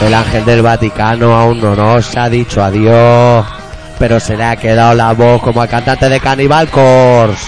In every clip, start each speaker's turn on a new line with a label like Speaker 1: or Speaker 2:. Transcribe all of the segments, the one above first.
Speaker 1: El ángel del Vaticano aún no nos ha dicho adiós, pero se le ha quedado la voz como al cantante de Cannibal Corpse.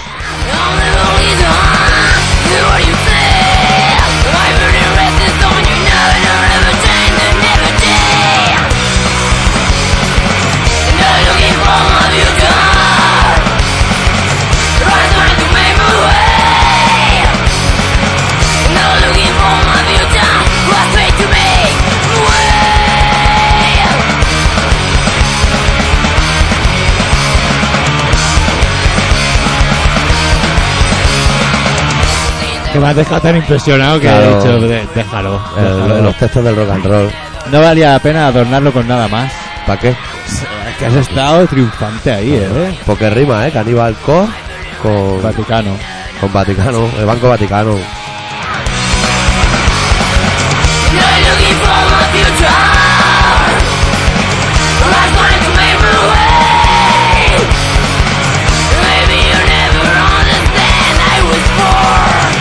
Speaker 2: Que me has dejado tan impresionado que he
Speaker 1: Claro.
Speaker 2: dicho, "De- déjalo.
Speaker 1: El-
Speaker 2: déjalo".
Speaker 1: Eh, los textos del rock and roll.
Speaker 2: No valía la pena adornarlo con nada más.
Speaker 1: ¿Para qué?
Speaker 2: Es Eh, que has estado triunfante ahí, ¿eh?
Speaker 1: Porque rima, ¿eh? Cannibal Corpse con,
Speaker 2: Vaticano.
Speaker 1: con Vaticano, el Banco Vaticano.
Speaker 3: Not looking for my future. I'm going to make my way. Maybe you never understand. I was born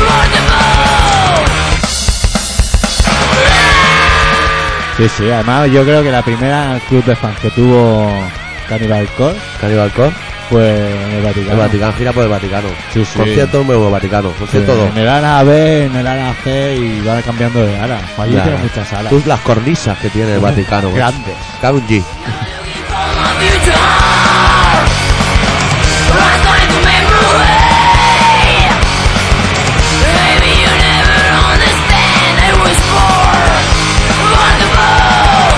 Speaker 3: for the boat.
Speaker 2: Sí, sí, además yo creo que la primera club de fans que tuvo Cannibal Corpse
Speaker 1: Cannibal Corpse,
Speaker 2: fue en el Vaticano.
Speaker 1: el Vaticano, gira por el Vaticano.
Speaker 2: Sí, sí.
Speaker 1: Concierto nuevo Vaticano,
Speaker 2: Sí,
Speaker 1: concierto dos.
Speaker 2: En el ala B, en el ala C y van cambiando de ala. Allí
Speaker 1: Claro.
Speaker 2: tiene muchas alas.
Speaker 1: Tú las cornisas que tiene el Vaticano. macho.
Speaker 2: Grandes.
Speaker 1: Cabe un G.
Speaker 3: For my future. I'm going to make my way. Maybe you never understand. I was born for the boat.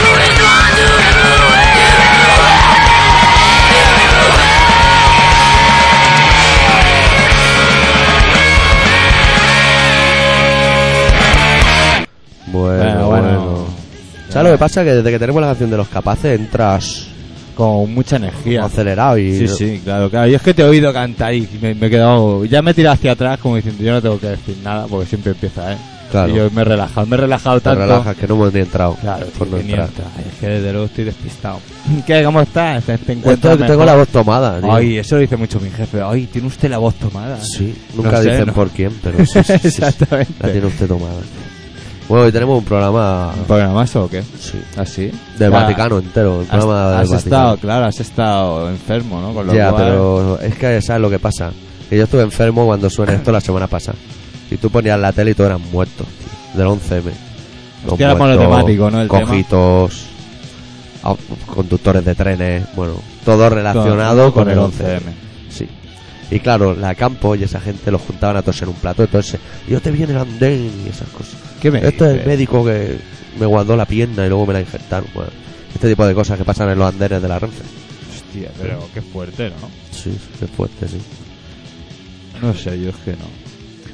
Speaker 1: Bueno,
Speaker 2: Bueno,
Speaker 1: bueno.
Speaker 2: bueno.
Speaker 1: ¿Sabes lo que pasa? Que desde que tenemos la canción de los capaces entras
Speaker 2: Con mucha energía.
Speaker 1: acelerado y.
Speaker 2: Sí, sí, claro, claro. Yo es que te he oído cantar y me, me he quedado. Ya me he tirado hacia atrás como diciendo, yo no tengo que decir nada porque siempre empieza, ¿eh?
Speaker 1: Claro.
Speaker 2: Y yo me he relajado, me he relajado
Speaker 1: Te
Speaker 2: tanto.
Speaker 1: relajas, que no hemos ni entrado.
Speaker 2: Claro,
Speaker 1: por no
Speaker 2: que ni
Speaker 1: entrar.
Speaker 2: entra. Ay, Es que desde luego estoy despistado. ¿Qué? ¿Cómo estás? ¿Te, te encuentras
Speaker 1: Entonces, tengo
Speaker 2: mejor?
Speaker 1: la voz tomada. tío.
Speaker 2: Ay, eso lo dice mucho mi jefe. Ay, tiene usted la voz tomada.
Speaker 1: Sí, nunca
Speaker 2: No sé,
Speaker 1: dicen
Speaker 2: no.
Speaker 1: por quién, pero sí, sí, sí, sí.
Speaker 2: Exactamente.
Speaker 1: La tiene usted tomada. Bueno, hoy tenemos un programa
Speaker 2: ¿Un programazo o qué?
Speaker 1: sí,
Speaker 2: ¿Así?
Speaker 1: del Vaticano entero. El
Speaker 2: Has,
Speaker 1: programa del
Speaker 2: has
Speaker 1: Vaticano.
Speaker 2: estado, claro, has estado enfermo, ¿no? Con lo
Speaker 1: ya,
Speaker 2: cual-
Speaker 1: pero es que sabes lo que pasa. Que yo estuve enfermo cuando suena esto la semana pasada. Y tú ponías la tele y todos eran muertos, tío, del 11M. Los
Speaker 2: Hostia, era por lo
Speaker 1: muertos,
Speaker 2: temático, ¿no? El tema.
Speaker 1: cojitos, au- conductores de trenes, bueno, todo relacionado
Speaker 2: Todo
Speaker 1: con, el 11M.
Speaker 2: 11M.
Speaker 1: Sí. Y claro, la campo y esa gente los juntaban a todos en un plato. Entonces, yo te vi en el andén y esas cosas.
Speaker 2: ¿Qué me
Speaker 1: Esto es el
Speaker 2: dices?
Speaker 1: médico que me guardó la pierna y luego me la injertaron. Bueno, este tipo de cosas que pasan en los andenes de la Renfe.
Speaker 2: Hostia, pero qué fuerte, ¿no?
Speaker 1: Sí, qué fuerte, sí.
Speaker 2: No sé, yo es que no.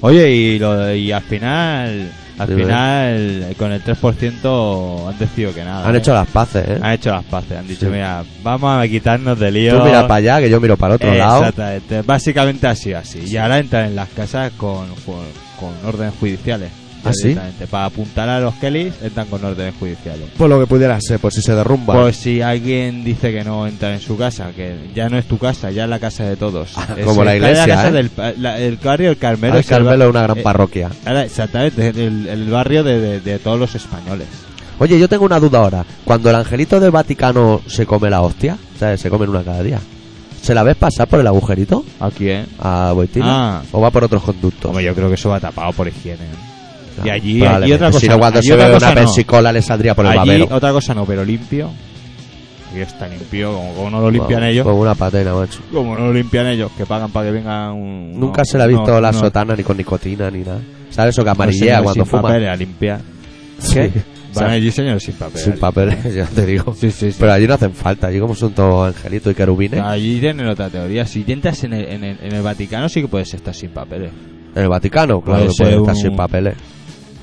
Speaker 2: Oye, y, lo, y al final, al
Speaker 1: Dime.
Speaker 2: final, con el 3% han decidido que nada.
Speaker 1: Han
Speaker 2: ¿eh?
Speaker 1: hecho las paces, ¿eh?
Speaker 2: Han hecho las paces, han dicho,
Speaker 1: Sí.
Speaker 2: mira, vamos a quitarnos de lío.
Speaker 1: Tú mira para allá, que yo miro para otro lado.
Speaker 2: Exactamente, básicamente ha sido así. Y ahora entran en las casas con, con, con órdenes judiciales.
Speaker 1: ¿Ah, sí?
Speaker 2: Directamente. Para apuntar a los Kellys, entran con órdenes judiciales.
Speaker 1: Por Pues lo que pudiera ser, por si se derrumba.
Speaker 2: Pues si alguien dice que no entra en su casa, que ya no es tu casa, ya es la casa de todos.
Speaker 1: Ah,
Speaker 2: Es-
Speaker 1: como la
Speaker 2: está en
Speaker 1: iglesia,
Speaker 2: casa
Speaker 1: ¿eh?
Speaker 2: del pa- la- el barrio del Carmelo.
Speaker 1: Ah,
Speaker 2: es el
Speaker 1: Carmelo
Speaker 2: bar-
Speaker 1: es una gran
Speaker 2: eh,
Speaker 1: parroquia.
Speaker 2: ahora, exactamente, el, el barrio de, de- de todos los españoles.
Speaker 1: Oye, yo tengo una duda ahora. Cuando el angelito del Vaticano se come la hostia, o sea, se comen una cada día, ¿se la ves pasar por el agujerito
Speaker 2: Aquí, ¿eh?
Speaker 1: a Boitina?
Speaker 2: Ah.
Speaker 1: ¿O va por otros conductos?
Speaker 2: Hombre, yo creo que eso va tapado por higiene. ¿eh?
Speaker 1: Claro,
Speaker 2: y allí-
Speaker 1: probablemente.
Speaker 2: allí otra cosa
Speaker 1: Si no, cuando
Speaker 2: no, allí
Speaker 1: se
Speaker 2: otra
Speaker 1: ve
Speaker 2: cosa
Speaker 1: una
Speaker 2: no.
Speaker 1: persicola le saldría por el
Speaker 2: Allí,
Speaker 1: babero.
Speaker 2: otra cosa no, pero limpio. Aquí está limpio, como, como no lo limpian
Speaker 1: Vamos,
Speaker 2: ellos.
Speaker 1: Con pues una patena, macho.
Speaker 2: Como no lo limpian ellos, que pagan para que venga un...
Speaker 1: Nunca
Speaker 2: no,
Speaker 1: se le ha
Speaker 2: no,
Speaker 1: visto la
Speaker 2: no,
Speaker 1: sotana ni con nicotina ni nada. ¿Sabes eso que
Speaker 2: no,
Speaker 1: amarillea
Speaker 2: señores
Speaker 1: cuando
Speaker 2: sin
Speaker 1: fuma?
Speaker 2: papeles a limpiar.
Speaker 1: Sí.
Speaker 2: ¿Qué? Van allí señores sin papel.
Speaker 1: Sin papeles, ya te digo.
Speaker 2: Sí, sí, sí.
Speaker 1: Pero allí no hacen falta, allí como son todos angelitos y querubines.
Speaker 2: Allí tienen otra teoría. Si entras en el, en el- en el Vaticano, sí que puedes estar sin papeles.
Speaker 1: En el Vaticano, claro,
Speaker 2: Puede
Speaker 1: que pueden
Speaker 2: ser
Speaker 1: estar
Speaker 2: un-
Speaker 1: sin papeles.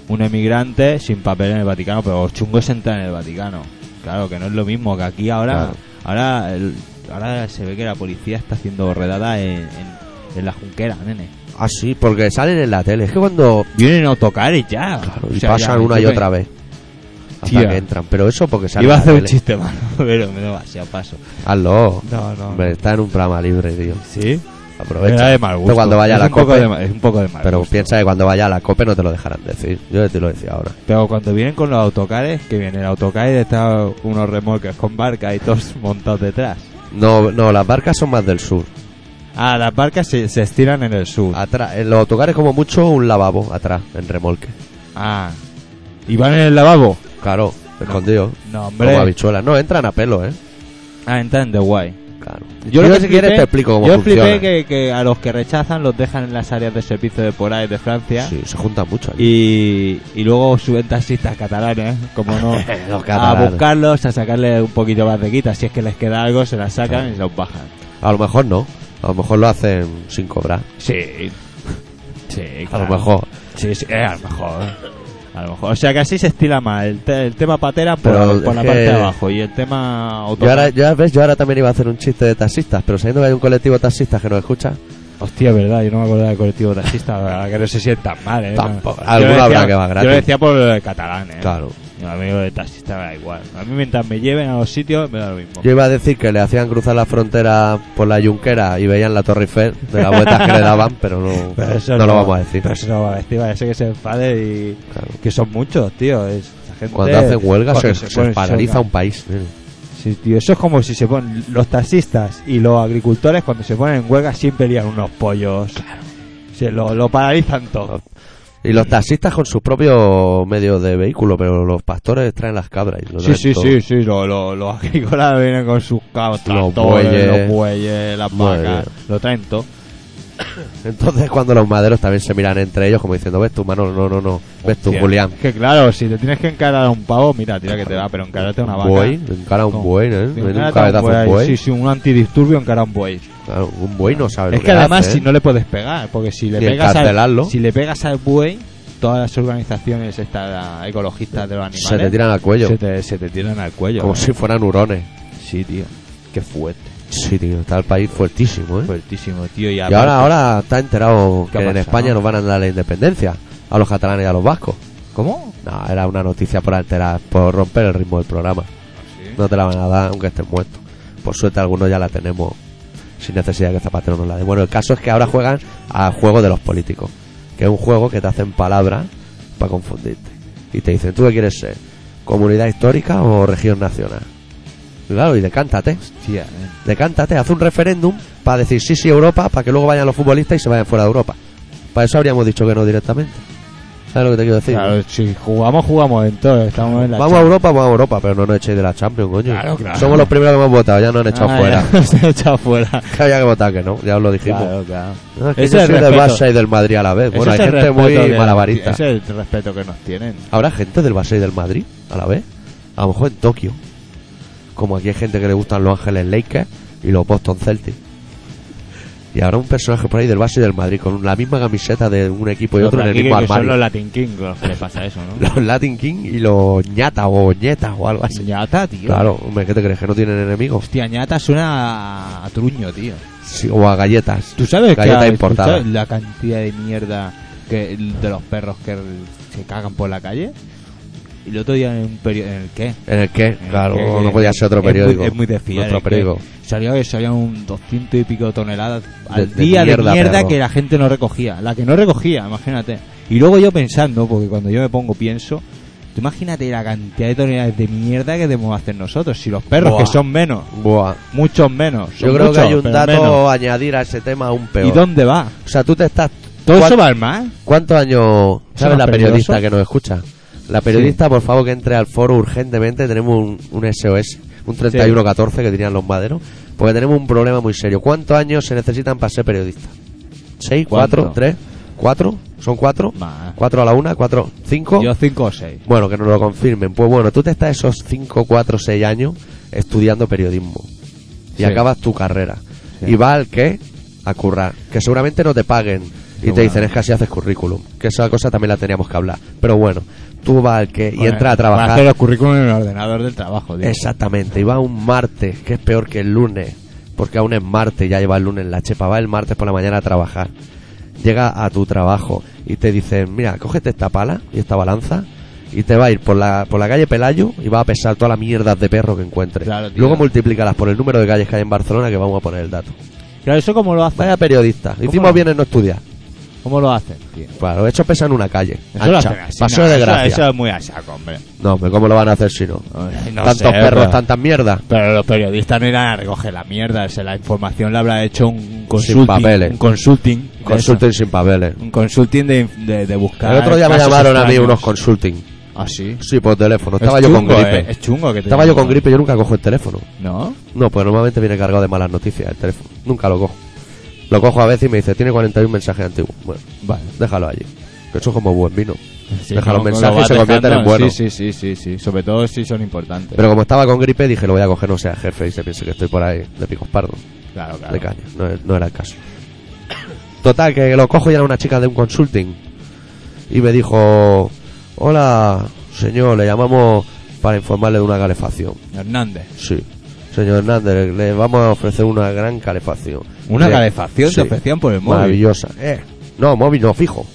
Speaker 2: Un emigrante sin papeles en el Vaticano, pero los chungos entran en el Vaticano. Claro, que no es lo mismo que aquí ahora.
Speaker 1: Claro.
Speaker 2: Ahora el- ahora se ve que la policía está haciendo redada en, en- en la junquera, nene.
Speaker 1: Ah, sí, porque salen en la tele. Es que cuando.
Speaker 2: Vienen autocares ya.
Speaker 1: Claro, y
Speaker 2: O sea,
Speaker 1: pasan
Speaker 2: ya,
Speaker 1: una y
Speaker 2: yo
Speaker 1: otra
Speaker 2: pe-
Speaker 1: vez. hasta
Speaker 2: Hostia.
Speaker 1: que entran. Pero eso porque sale.
Speaker 2: Iba a
Speaker 1: la
Speaker 2: hacer un
Speaker 1: tele.
Speaker 2: chiste malo, pero me da demasiado paso.
Speaker 1: Hazlo.
Speaker 2: No, no.
Speaker 1: Hombre, está en un programa libre, tío.
Speaker 2: ¿Sí? Era
Speaker 1: Aprovecha.
Speaker 2: de mal gusto.
Speaker 1: cuando vaya
Speaker 2: es
Speaker 1: la
Speaker 2: un poco
Speaker 1: copa-
Speaker 2: de ma- Es un poco de mal
Speaker 1: Pero
Speaker 2: gusto.
Speaker 1: piensa que cuando vaya a la COPE no te lo dejarán decir. Yo te lo decía ahora.
Speaker 2: Pero cuando vienen con los autocares, que viene el autocar y está unos remolques con barca y todos montados detrás.
Speaker 1: No, no, las barcas son más del sur.
Speaker 2: Ah, las barcas se, se estiran en el sur.
Speaker 1: Atrás, en los autocares como mucho un lavabo atrás, en remolque.
Speaker 2: Ah. ¿Y van en el lavabo?
Speaker 1: Claro, escondido.
Speaker 2: No,
Speaker 1: Como
Speaker 2: hombre.
Speaker 1: habichuelas. No, entran a pelo, ¿eh?
Speaker 2: Ah, entran de guay.
Speaker 1: Claro. si quieres te explico cómo
Speaker 2: Yo
Speaker 1: funciona.
Speaker 2: flipé que, que a los que rechazan los dejan en las áreas de servicio de por ahí de Francia.
Speaker 1: Sí, se juntan mucho allí.
Speaker 2: Y, y luego suben taxistas catalanes, como no,
Speaker 1: Los
Speaker 2: a
Speaker 1: catalanes.
Speaker 2: buscarlos, a sacarle un poquito más de quita. Si es que les queda algo, se la sacan y los bajan.
Speaker 1: A lo mejor no. A lo mejor lo hacen sin cobrar.
Speaker 2: Sí. Sí,
Speaker 1: A
Speaker 2: claro.
Speaker 1: lo mejor.
Speaker 2: Sí, sí, eh, a lo mejor. A lo mejor. O sea que así se estila más el, te- el tema patera por,
Speaker 1: Pero
Speaker 2: por la
Speaker 1: es
Speaker 2: parte
Speaker 1: que-
Speaker 2: de abajo y el tema
Speaker 1: Yo
Speaker 2: autocar.
Speaker 1: ahora, yo, ahora- ¿ves? yo ahora también iba a hacer un chiste de taxistas, pero sabiendo que hay un colectivo de taxistas que nos escucha,
Speaker 2: Eh. Hostia, verdad, yo no me acuerdo del colectivo taxista, la verdad que no se sientan mal, eh.
Speaker 1: Tampoco.
Speaker 2: Yo
Speaker 1: Alguno
Speaker 2: decía-
Speaker 1: habrá que va gratis.
Speaker 2: Yo decía por lo de catalán, eh.
Speaker 1: claro.
Speaker 2: A mí lo de taxista me da igual. A mí mientras me lleven a los sitios me da lo mismo.
Speaker 1: Yo iba a decir que le hacían cruzar la frontera por la Yunquera y veían la Torre Eiffel de las vueltas que le daban, pero no,
Speaker 2: Pero eso
Speaker 1: no, lo vamos a decir.
Speaker 2: Pero eso no lo vamos a decir, vaya a ser que se enfade y.
Speaker 1: Claro.
Speaker 2: Que son muchos, tío. es- esa gente-
Speaker 1: Cuando hacen huelga se,
Speaker 2: cuando
Speaker 1: se,
Speaker 2: ponen-
Speaker 1: paraliza un país. tío.
Speaker 2: Sí, tío, eso es como si se ponen los taxistas y los agricultores cuando se ponen en huelga siempre lían unos pollos. Se lo, lo paralizan todo.
Speaker 1: Y los taxistas con sus propios medios de vehículo, pero los pastores traen las cabras. Y lo
Speaker 2: Sí,
Speaker 1: traen
Speaker 2: sí,
Speaker 1: todo.
Speaker 2: sí, sí, lo- lo- los agrícolas vienen con sus cabras,
Speaker 1: Los
Speaker 2: los
Speaker 1: bueyes.
Speaker 2: bueyes, los bueyes, las
Speaker 1: Madre
Speaker 2: vacas, lo traen todo.
Speaker 1: Entonces cuando los maderos también se miran entre ellos como diciendo, ves tú, Manolo, no, no, no, ves tú,
Speaker 2: Tío,
Speaker 1: Julián.
Speaker 2: Es que claro, si te tienes que encarar a un pavo, mira, tira que te va, pero encararte a una vaca.
Speaker 1: Buey, encara un
Speaker 2: No.
Speaker 1: buey, ¿eh?
Speaker 2: Tío,
Speaker 1: Mete un
Speaker 2: encárate a
Speaker 1: cabezazo a un buey.
Speaker 2: Sí, sí, un antidisturbio encara a un buey.
Speaker 1: Claro, un buey no sabe lo ¿eh?
Speaker 2: Es que además si no le puedes pegar, porque si le
Speaker 1: Ni
Speaker 2: pegas
Speaker 1: encarcelarlo.
Speaker 2: al, si le pegas al buey, todas las organizaciones estas ecologistas de los animales
Speaker 1: se te tiran al cuello,
Speaker 2: ¿eh? se te, se te tiran al cuello.
Speaker 1: como
Speaker 2: ¿eh?
Speaker 1: si fueran hurones.
Speaker 2: Sí, tío. Qué fuerte,
Speaker 1: Sí, tío, está el país fuertísimo, ¿eh?
Speaker 2: fuertísimo, tío.
Speaker 1: y
Speaker 2: Y, Pues, aparte-
Speaker 1: ahora, ahora está enterado
Speaker 2: ¿Qué
Speaker 1: que
Speaker 2: ha
Speaker 1: en
Speaker 2: pasado?
Speaker 1: España nos van a dar la independencia, a los catalanes y a los vascos.
Speaker 2: ¿Cómo?
Speaker 1: No, era una noticia por alterar, por romper el ritmo del programa. No te la van a dar aunque estés muerto. Por suerte algunos ya la tenemos sin necesidad que Zapatero nos la dé. Bueno, el caso es que ahora juegan al juego de los políticos, que es un juego que te hacen palabras para confundirte. Y te dicen, ¿tú qué quieres ser? ¿Comunidad histórica o región nacional? Y Claro, y decántate,
Speaker 2: Hostia, eh.
Speaker 1: decántate, haz un referéndum para decir sí, sí, Europa, para que luego vayan los futbolistas y se vayan fuera de Europa. Para eso habríamos dicho que no directamente. ¿Sabes lo que te quiero decir?
Speaker 2: Claro, si jugamos, jugamos en todo. Estamos en la
Speaker 1: Vamos a Europa, vamos a Europa, pero no nos echéis de la Champions, coño.
Speaker 2: Claro, claro.
Speaker 1: Somos los primeros que hemos votado, ya nos han echado
Speaker 2: Ah,
Speaker 1: fuera.
Speaker 2: ya, Se ha echado fuera.
Speaker 1: Que había que votar que no, ya os lo dijimos.
Speaker 2: Claro, claro.
Speaker 1: No, es que
Speaker 2: Ese
Speaker 1: yo
Speaker 2: es
Speaker 1: soy
Speaker 2: el
Speaker 1: del
Speaker 2: respeto.
Speaker 1: Barça y del Madrid a la vez. Bueno, hay
Speaker 2: Ese es el
Speaker 1: gente muy
Speaker 2: respeto que-
Speaker 1: malabarista.
Speaker 2: Ese es el respeto que nos tienen.
Speaker 1: ¿Habrá gente del Barça y del Madrid a la vez? A lo mejor en Tokio. Como aquí hay gente que le gustan los Ángeles Lakers y los Boston Celtics. Y habrá un personaje por ahí del Barça y del Madrid con la misma camiseta de un equipo y Pues otro en el
Speaker 2: Aquí
Speaker 1: mismo
Speaker 2: que son
Speaker 1: armario.
Speaker 2: los Latin King los que le pasa eso, ¿no?
Speaker 1: Los Latin King y los ñata o ñetas o algo así.
Speaker 2: Ñata, tío.
Speaker 1: Claro, hombre, ¿qué te crees? ¿Que no tienen enemigos?
Speaker 2: Hostia, ñata suena a- a truño, tío.
Speaker 1: Sí, o a galletas.
Speaker 2: ¿Tú sabes que
Speaker 1: Galleta
Speaker 2: has
Speaker 1: importada.
Speaker 2: escuchado la cantidad de mierda que, de los perros que se cagan por la calle? Y el otro día en un periódico... ¿En el qué?
Speaker 1: ¿En el qué?
Speaker 2: En el
Speaker 1: Claro,
Speaker 2: qué,
Speaker 1: no
Speaker 2: que-
Speaker 1: podía ser otro
Speaker 2: es muy-
Speaker 1: periódico.
Speaker 2: Es muy de fiar,
Speaker 1: Otro
Speaker 2: el qué.
Speaker 1: periódico.
Speaker 2: Salía que salían un 200 y pico toneladas al
Speaker 1: De- de
Speaker 2: día
Speaker 1: mierda,
Speaker 2: de mierda
Speaker 1: perro.
Speaker 2: que la gente no recogía. La que no recogía, imagínate. Y luego yo pensando, porque cuando yo me pongo pienso... Tú imagínate la cantidad de toneladas de mierda que debemos hacer nosotros. Si los perros,
Speaker 1: Buah.
Speaker 2: que son menos,
Speaker 1: Buah.
Speaker 2: muchos menos. son
Speaker 1: Yo creo que
Speaker 2: muchos,
Speaker 1: hay un
Speaker 2: pero
Speaker 1: dato
Speaker 2: menos.
Speaker 1: a añadir a ese tema aún peor.
Speaker 2: ¿Y dónde va?
Speaker 1: O sea, tú te estás...
Speaker 2: Todo
Speaker 1: ¿Cuán-
Speaker 2: eso va al mar.
Speaker 1: ¿Cuántos años... ¿Sabes
Speaker 2: más
Speaker 1: la periodista
Speaker 2: peligroso?
Speaker 1: que nos escucha? La periodista, por favor, que entre al foro urgentemente. Tenemos un, un SOS, un 3114 que dirían los maderos. Porque tenemos un problema muy serio. ¿Cuántos años se necesitan para ser periodista? ¿Seis?
Speaker 2: ¿Cuánto?
Speaker 1: ¿Cuatro? ¿Tres? ¿Cuatro? ¿Son cuatro?
Speaker 2: Más.
Speaker 1: ¿Cuatro a la una? ¿Cuatro? ¿Cinco?
Speaker 2: Yo 5 o 6.
Speaker 1: Bueno, que nos lo confirmen. Pues bueno, tú te estás esos 5, 4, 6 años estudiando periodismo. Y
Speaker 2: Sí.
Speaker 1: acabas tu carrera.
Speaker 2: Sí.
Speaker 1: Y va al qué? A currar. Que seguramente no te paguen. Y te
Speaker 2: Seguramente.
Speaker 1: dicen, es que así haces currículum. Que esa cosa también la teníamos que hablar. Pero bueno, tú vas al qué? Y
Speaker 2: Bueno,
Speaker 1: entras a
Speaker 2: va hacer
Speaker 1: trabajar.
Speaker 2: los currículum en el ordenador del trabajo, tío.
Speaker 1: Exactamente. Y va un martes, que es peor que el lunes. Porque aún es martes, ya lleva el lunes en la chepa. Va el martes por la mañana a trabajar. Llega a tu trabajo y te dicen, mira, cógete esta pala y esta balanza y te va a ir por la, por la calle Pelayo y va a pesar todas las mierdas de perro que encuentres.
Speaker 2: Claro, tío.
Speaker 1: Luego multiplícalas por el número de calles que hay en Barcelona que vamos a poner el dato.
Speaker 2: Claro, ¿eso cómo lo hacen?
Speaker 1: Vaya periodista, hicimos
Speaker 2: no?
Speaker 1: bien en no estudiar.
Speaker 2: ¿Cómo lo hacen, tío?
Speaker 1: Claro, eso pesa en una calle.
Speaker 2: Eso lo
Speaker 1: ancha,
Speaker 2: hacen así,
Speaker 1: paseo
Speaker 2: no,
Speaker 1: de
Speaker 2: eso-
Speaker 1: gracia.
Speaker 2: Eso, es muy a saco, hombre.
Speaker 1: No, hombre, ¿cómo lo van a hacer si no?
Speaker 2: Ay, no
Speaker 1: Tantos
Speaker 2: sé,
Speaker 1: perros,
Speaker 2: pero-
Speaker 1: tantas mierdas.
Speaker 2: Pero los periodistas no irán a recoger la mierda. o sea, la información la habrá hecho un consulting.
Speaker 1: Sin papeles.
Speaker 2: Un consulting. de
Speaker 1: Consulting sin papeles.
Speaker 2: eso. Un consulting de, de, de buscar.
Speaker 1: El otro día me
Speaker 2: casos
Speaker 1: llamaron a mí
Speaker 2: extraños.
Speaker 1: unos consulting.
Speaker 2: Ah, sí.
Speaker 1: Sí, por teléfono.
Speaker 2: Es
Speaker 1: Estaba yo con
Speaker 2: chungo,
Speaker 1: gripe.
Speaker 2: eh, Es chungo que te
Speaker 1: Estaba yo con
Speaker 2: llamen.
Speaker 1: gripe, yo nunca cojo el teléfono.
Speaker 2: ¿No?
Speaker 1: No, pues normalmente viene cargado de malas noticias el teléfono. Nunca lo cojo. Lo cojo a veces y me dice, tiene 41 mensajes antiguos. Bueno,
Speaker 2: Vale.
Speaker 1: déjalo allí. Que eso es como buen vino.
Speaker 2: Sí,
Speaker 1: Deja los
Speaker 2: como-
Speaker 1: mensajes
Speaker 2: como
Speaker 1: y se
Speaker 2: vas
Speaker 1: convierten en
Speaker 2: dejando-
Speaker 1: buenos.
Speaker 2: Sí, sí, sí, sí, sí. Sobre todo si son importantes.
Speaker 1: Pero como estaba con gripe, dije, lo voy a coger, no sea jefe, y se piense que estoy por ahí de picos pardos,
Speaker 2: claro, claro.
Speaker 1: de caña. No, no era el caso. Total, que lo cojo y era una chica de un consulting. Y me dijo, hola, señor, le llamamos para informarle de una calefacción.
Speaker 2: Hernández.
Speaker 1: Sí. Señor Hernández, le vamos a ofrecer una gran calefacción.
Speaker 2: Una
Speaker 1: Le-
Speaker 2: calefacción
Speaker 1: Sí.
Speaker 2: te ofrecían por el móvil.
Speaker 1: Maravillosa. Eh, no, móvil no, fijo.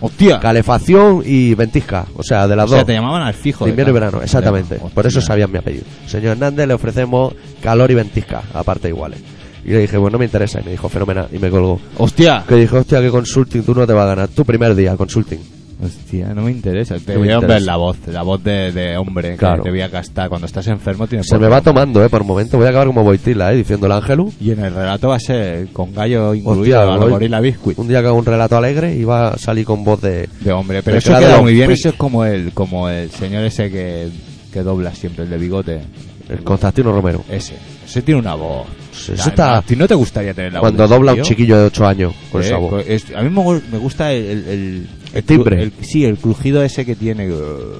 Speaker 2: Hostia.
Speaker 1: Calefacción y ventisca. O sea, de las
Speaker 2: Ah. o sea,
Speaker 1: dos.
Speaker 2: te llamaban al fijo.
Speaker 1: De
Speaker 2: de
Speaker 1: invierno y
Speaker 2: tal.
Speaker 1: verano, exactamente.
Speaker 2: Hostia.
Speaker 1: Por eso sabían mi apellido. Señor Hernández, le ofrecemos calor y ventisca, aparte iguales. Y le dije, bueno, no me interesa. Y me dijo, fenomenal. Y me colgó.
Speaker 2: Hostia.
Speaker 1: Que dije, hostia, que consulting tú no te vas a ganar. Tu primer día, consulting.
Speaker 2: Hostia, no me interesa. Te
Speaker 1: me
Speaker 2: voy a ver
Speaker 1: interesa.
Speaker 2: la voz, la voz de, de hombre.
Speaker 1: Claro.
Speaker 2: Que te voy a gastar. Cuando estás enfermo tienes
Speaker 1: Se
Speaker 2: voz
Speaker 1: me
Speaker 2: de
Speaker 1: va
Speaker 2: hombre.
Speaker 1: tomando, eh, por un momento. Voy a acabar como Boitila, eh, diciendo el Ángelu.
Speaker 2: Y en el relato va a ser con gallo incluido,
Speaker 1: Hostia,
Speaker 2: a lo
Speaker 1: hoy-
Speaker 2: gorila biscuit.
Speaker 1: Un día que hago un relato alegre y va a salir con voz de.
Speaker 2: De hombre, pero
Speaker 1: Me
Speaker 2: eso
Speaker 1: queda
Speaker 2: queda
Speaker 1: de
Speaker 2: muy
Speaker 1: los
Speaker 2: bien.
Speaker 1: freak.
Speaker 2: Eso es como el, como el señor ese que, que dobla siempre, el de bigote.
Speaker 1: el Constantino Romero.
Speaker 2: Ese. Ese tiene una voz.
Speaker 1: Sí,
Speaker 2: Ya,
Speaker 1: ese está-
Speaker 2: ¿A ti no te gustaría tener la
Speaker 1: Cuando
Speaker 2: voz? de ese
Speaker 1: dobla un
Speaker 2: tío?
Speaker 1: chiquillo de 8 años con
Speaker 2: Eh,
Speaker 1: esa voz.
Speaker 2: co- es- a mí me gu- me gusta el... el, el-
Speaker 1: El timbre.
Speaker 2: el- sí, el crujido ese que tiene. uh,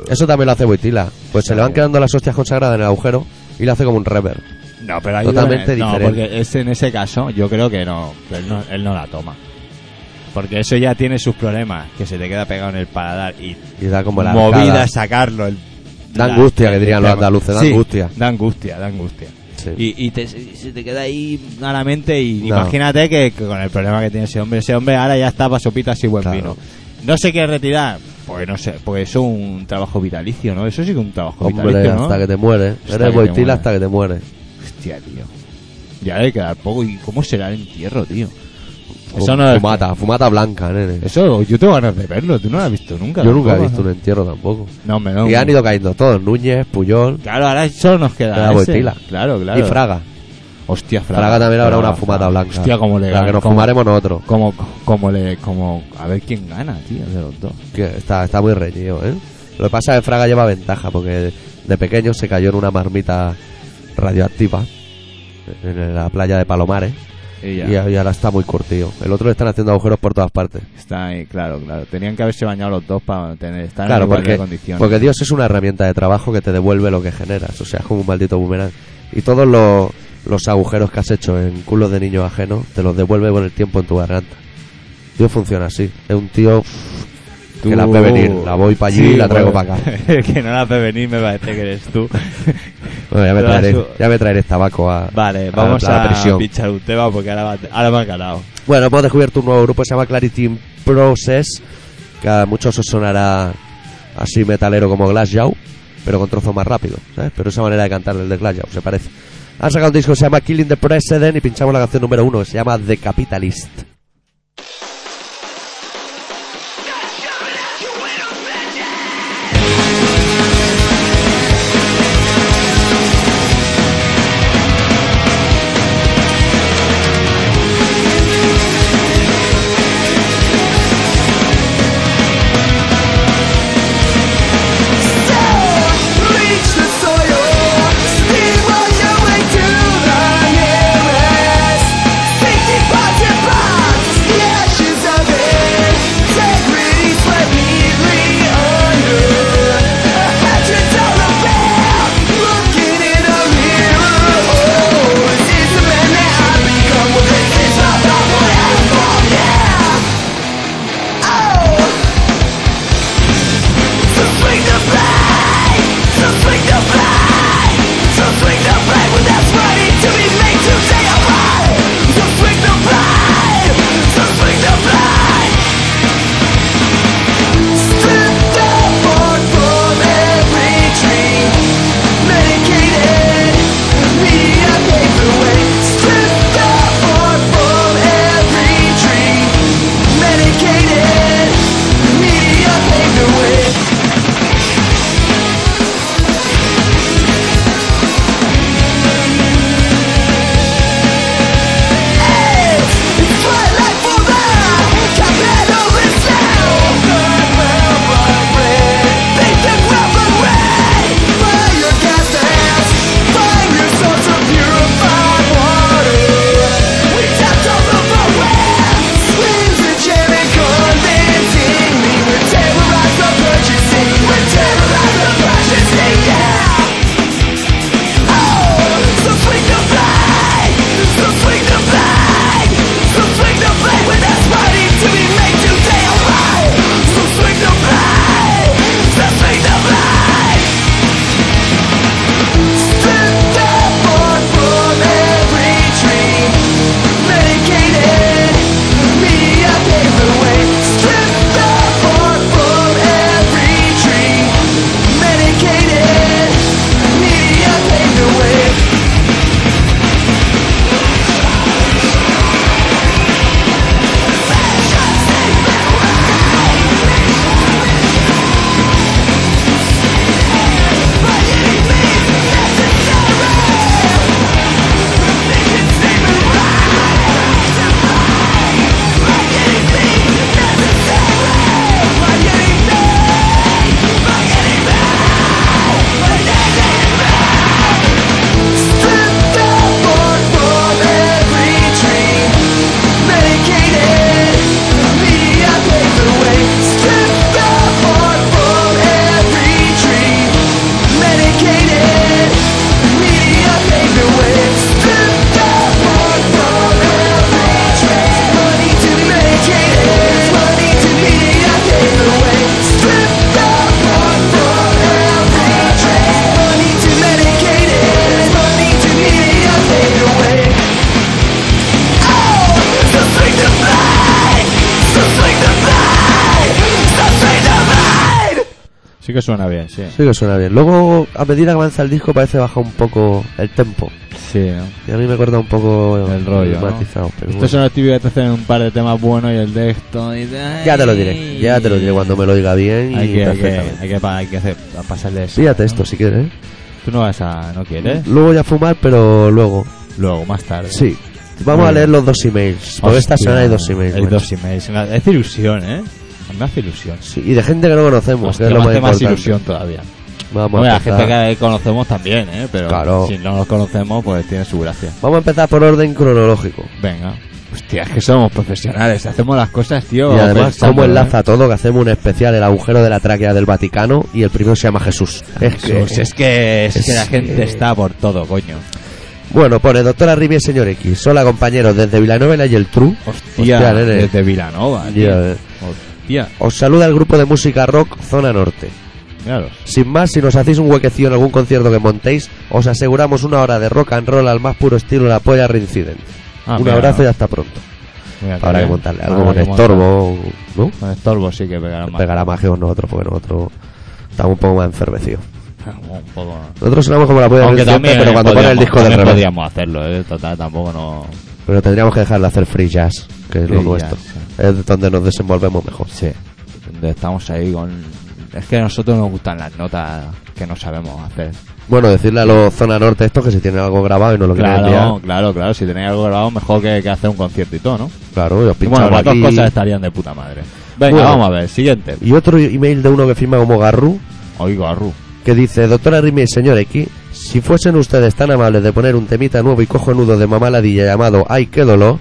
Speaker 2: No,
Speaker 1: Eso también lo hace Boitila. Pues se le van
Speaker 2: Exacto.
Speaker 1: quedando las hostias consagradas en el agujero y le hace como un rever.
Speaker 2: pero ahí
Speaker 1: Totalmente
Speaker 2: no,
Speaker 1: diferente.
Speaker 2: porque ese, en ese caso yo creo que no, que él no. Él no la toma. Porque eso ya tiene sus problemas. Que se te queda pegado en el paladar y
Speaker 1: Y da como la
Speaker 2: movida
Speaker 1: arcada.
Speaker 2: sacarlo. el-
Speaker 1: Da
Speaker 2: la-
Speaker 1: angustia, que dirían los
Speaker 2: el tema.
Speaker 1: andaluces, da
Speaker 2: Sí,
Speaker 1: angustia.
Speaker 2: Da angustia, da angustia.
Speaker 1: Sí.
Speaker 2: Y, y te- y se te queda ahí a la mente y
Speaker 1: No.
Speaker 2: imagínate que, que con el problema que tiene ese hombre, ese hombre ahora ya está para sopitas y buen
Speaker 1: Claro.
Speaker 2: vino. No se quiere retirar, pues no sé, pues eso es un trabajo vitalicio, ¿no? Eso sí que es un trabajo
Speaker 1: Hombre,
Speaker 2: vitalicio, ¿no?
Speaker 1: hasta que te mueres.
Speaker 2: Hasta que
Speaker 1: Eres
Speaker 2: te
Speaker 1: Boitila
Speaker 2: mueres.
Speaker 1: hasta que te mueres.
Speaker 2: Hostia, tío. Ya debe quedar poco. ¿Y cómo será el entierro, tío? Eso
Speaker 1: Fum-
Speaker 2: no es-
Speaker 1: fumata, fumata blanca, nene.
Speaker 2: Eso yo tengo ganas de verlo, tú no lo has visto nunca.
Speaker 1: Yo nunca he
Speaker 2: tampoco,
Speaker 1: visto
Speaker 2: ¿no?
Speaker 1: un entierro tampoco.
Speaker 2: No, hombre, no.
Speaker 1: Y han ido cayendo todos. Núñez, Puyol
Speaker 2: Claro, ahora solo nos queda.
Speaker 1: Queda
Speaker 2: ese.
Speaker 1: Boitila.
Speaker 2: Claro, claro.
Speaker 1: y Fraga.
Speaker 2: Hostia, Fraga.
Speaker 1: Fraga también habrá
Speaker 2: Fraga,
Speaker 1: una fumata
Speaker 2: Fraga.
Speaker 1: blanca.
Speaker 2: Hostia, como le
Speaker 1: La que nos
Speaker 2: como-
Speaker 1: fumaremos nosotros.
Speaker 2: Como, como le, como, a ver quién gana, tío, de los dos.
Speaker 1: Que está, está muy reñido, ¿eh? Lo que pasa es que Fraga lleva ventaja porque de pequeño se cayó en una marmita radioactiva en la playa de Palomares y ahí ahora está muy curtido. El otro le están haciendo agujeros por todas partes.
Speaker 2: Está ahí, claro, claro. Tenían que haberse bañado los dos para tener, estar
Speaker 1: Claro,
Speaker 2: en igualdad
Speaker 1: porque,
Speaker 2: de condiciones.
Speaker 1: porque Dios es una herramienta de trabajo que te devuelve lo que generas. O sea, es como un maldito boomerang. Y todos los, los agujeros que has hecho en culos de niños ajenos te los devuelve con el tiempo en tu garganta. Dios funciona así. Es un tío
Speaker 2: Tú-
Speaker 1: que la ve venir. La voy para allí
Speaker 2: Sí,
Speaker 1: y la traigo
Speaker 2: bueno.
Speaker 1: para acá.
Speaker 2: El que no la ve venir me parece que eres tú.
Speaker 1: Bueno, ya me
Speaker 2: Pero
Speaker 1: traeré,
Speaker 2: eso-
Speaker 1: ya me traeré tabaco a,
Speaker 2: Vale,
Speaker 1: a-
Speaker 2: vamos
Speaker 1: a la
Speaker 2: a,
Speaker 1: prisión.
Speaker 2: pinchar un tema porque ahora, va- ahora me ha calado.
Speaker 1: Bueno, hemos descubierto un nuevo grupo que se llama Clarity Process, que a muchos os sonará así metalero como Glasgow, pero con trozos más rápido, ¿sabes? Pero esa manera de cantar el de Glasgow, se parece. Han sacado un disco que se llama Killing the President y pinchamos la canción número uno, que se llama The Capitalist.
Speaker 4: Reach the soil, steam on your way to the nearest. Thinking positive.
Speaker 2: que suena bien, sí.
Speaker 1: Sí que suena bien. Luego, a medida que avanza el disco, parece bajar un poco el tempo.
Speaker 2: Sí, ¿no?
Speaker 1: Y a mí me corta un poco
Speaker 2: El rollo, ¿no?
Speaker 1: matizado, pero
Speaker 2: Esto
Speaker 1: bueno.
Speaker 2: solo actividad te hacen un par de temas buenos y el de esto. y de-
Speaker 1: Ya te lo diré, ya te lo diré cuando me lo diga bien
Speaker 2: Hay
Speaker 1: y
Speaker 2: que, hay que,
Speaker 1: perfectamente.
Speaker 2: hay que, pa- hay que hacer, a pasarle eso.
Speaker 1: Fíjate
Speaker 2: ¿no?
Speaker 1: esto si quieres. ¿eh?
Speaker 2: Tú no vas a. ¿No quieres?
Speaker 1: Luego voy a fumar, pero luego.
Speaker 2: Luego, más tarde.
Speaker 1: Sí. Vamos
Speaker 2: Muy
Speaker 1: a leer
Speaker 2: bien.
Speaker 1: los dos emails. Porque esta
Speaker 2: Hostia,
Speaker 1: semana hay dos emails.
Speaker 2: Hay
Speaker 1: macho.
Speaker 2: dos emails. Me hace ilusión, ¿eh? Me hace ilusión.
Speaker 1: Sí, y de gente que no conocemos,
Speaker 2: Hostia,
Speaker 1: que es lo
Speaker 2: me
Speaker 1: más
Speaker 2: hace más
Speaker 1: importante.
Speaker 2: ilusión todavía.
Speaker 1: Vamos,
Speaker 2: Hombre,
Speaker 1: a
Speaker 2: la
Speaker 1: empezar.
Speaker 2: gente que conocemos también, ¿eh? Pero
Speaker 1: Claro.
Speaker 2: si no nos conocemos, pues tiene su gracia.
Speaker 1: Vamos a empezar por orden cronológico.
Speaker 2: Venga. Hostia, es que somos profesionales, hacemos las cosas, tío.
Speaker 1: y además,
Speaker 2: pensando,
Speaker 1: cómo
Speaker 2: ¿eh?
Speaker 1: enlaza todo, que hacemos un especial, el agujero de la tráquea del Vaticano, y el primero se llama Jesús. Es que-
Speaker 2: Jesús, es que, es
Speaker 1: es
Speaker 2: que la gente
Speaker 1: que-
Speaker 2: está por todo, coño.
Speaker 1: Bueno, pone Doctora Rivi y Señor X. Hola, compañeros, desde Villanueva y el True.
Speaker 2: Hostia,
Speaker 1: Hostia, nene.
Speaker 2: desde Vilanova, tío.
Speaker 1: Ya, eh.
Speaker 2: Hostia,
Speaker 1: Os saluda el grupo de música rock Zona Norte.
Speaker 2: míralos.
Speaker 1: Sin más, si nos hacéis un huequecillo en algún concierto que montéis, os aseguramos una hora de rock and roll al más puro estilo La Polla Reincident.
Speaker 2: Ah,
Speaker 1: un
Speaker 2: mira,
Speaker 1: abrazo y hasta pronto.
Speaker 2: mira,
Speaker 1: Habrá que
Speaker 2: bien.
Speaker 1: montarle
Speaker 2: Habrá
Speaker 1: algo con
Speaker 2: que
Speaker 1: estorbo, ¿no?
Speaker 2: montar. Con estorbo sí que pegará más.
Speaker 1: Pegará más que con nosotros, porque nosotros estamos un poco más enfermecidos.
Speaker 2: Un poco. ¿no?
Speaker 1: Nosotros sonamos como La Polla
Speaker 2: Aunque
Speaker 1: Reincident,
Speaker 2: también
Speaker 1: pero cuando pone el
Speaker 2: podíamos-
Speaker 1: disco del
Speaker 2: también
Speaker 1: revés.
Speaker 2: podíamos hacerlo, ¿eh? Total, tampoco no...
Speaker 1: Pero tendríamos que dejar de hacer free jazz, que es lo
Speaker 2: Free
Speaker 1: nuestro.
Speaker 2: jazz,
Speaker 1: Es donde nos desenvolvemos mejor.
Speaker 2: Sí. Donde Estamos ahí con... Es que a nosotros nos gustan las notas que no sabemos hacer.
Speaker 1: Bueno, decirle a los Zona Norte estos que si tienen algo grabado y no lo quieren
Speaker 2: Claro,
Speaker 1: enviar,
Speaker 2: claro, claro. Si tenéis algo grabado, mejor que, que hacer un concierto y todo, ¿no?
Speaker 1: claro, y os
Speaker 2: Y bueno,
Speaker 1: pinchamos
Speaker 2: las dos
Speaker 1: aquí.
Speaker 2: cosas estarían de puta madre. Venga,
Speaker 1: Bueno.
Speaker 2: vamos a ver. Siguiente.
Speaker 1: Y otro email de uno que firma como Garru,
Speaker 2: Oigo a Ru.
Speaker 1: que dice, doctora Rimi y señor X, si fuesen ustedes tan amables de poner un temita nuevo y cojonudo de mamá ladilla llamado Ay, qué dolor,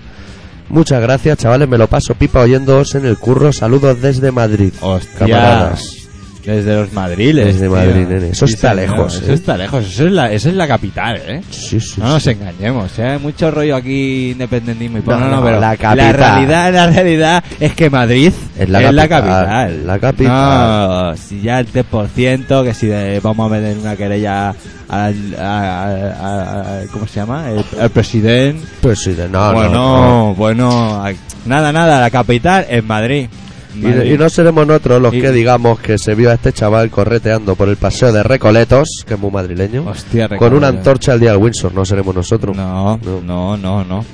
Speaker 1: muchas gracias, chavales, me lo paso pipa oyéndoos en el curro, saludos desde Madrid.
Speaker 2: Hostia.
Speaker 1: Camaradas.
Speaker 2: Desde los madriles.
Speaker 1: Desde
Speaker 2: tío.
Speaker 1: Madrid, nene. Eso está
Speaker 2: señor,
Speaker 1: lejos,
Speaker 2: Eso
Speaker 1: eh.
Speaker 2: está lejos. Eso es la, eso es la capital, ¿eh?
Speaker 1: Sí, sí,
Speaker 2: No nos
Speaker 1: sí.
Speaker 2: engañemos, ¿eh? Hay mucho rollo aquí independentismo y
Speaker 1: No,
Speaker 2: no, no,
Speaker 1: no,
Speaker 2: pero
Speaker 1: la capital.
Speaker 2: realidad, la realidad es que Madrid
Speaker 1: Es la capital, la capital.
Speaker 2: No, si ya el 3%, que si de- vamos a meter una querella al, a- a- a- ¿cómo se llama? El, al presidente.
Speaker 1: Pues sí, de- no, no,
Speaker 2: bueno,
Speaker 1: no.
Speaker 2: bueno, ay, nada, nada, la capital es Madrid.
Speaker 1: Y,
Speaker 2: Madrid.
Speaker 1: y no seremos nosotros los
Speaker 2: Y-
Speaker 1: que digamos que se vio a este chaval correteando por el paseo de Recoletos, que es muy madrileño,
Speaker 2: Hostia,
Speaker 1: con una
Speaker 2: Recoletos.
Speaker 1: antorcha al día del Windsor, no seremos nosotros.
Speaker 2: No,
Speaker 1: No.
Speaker 2: no, no, no.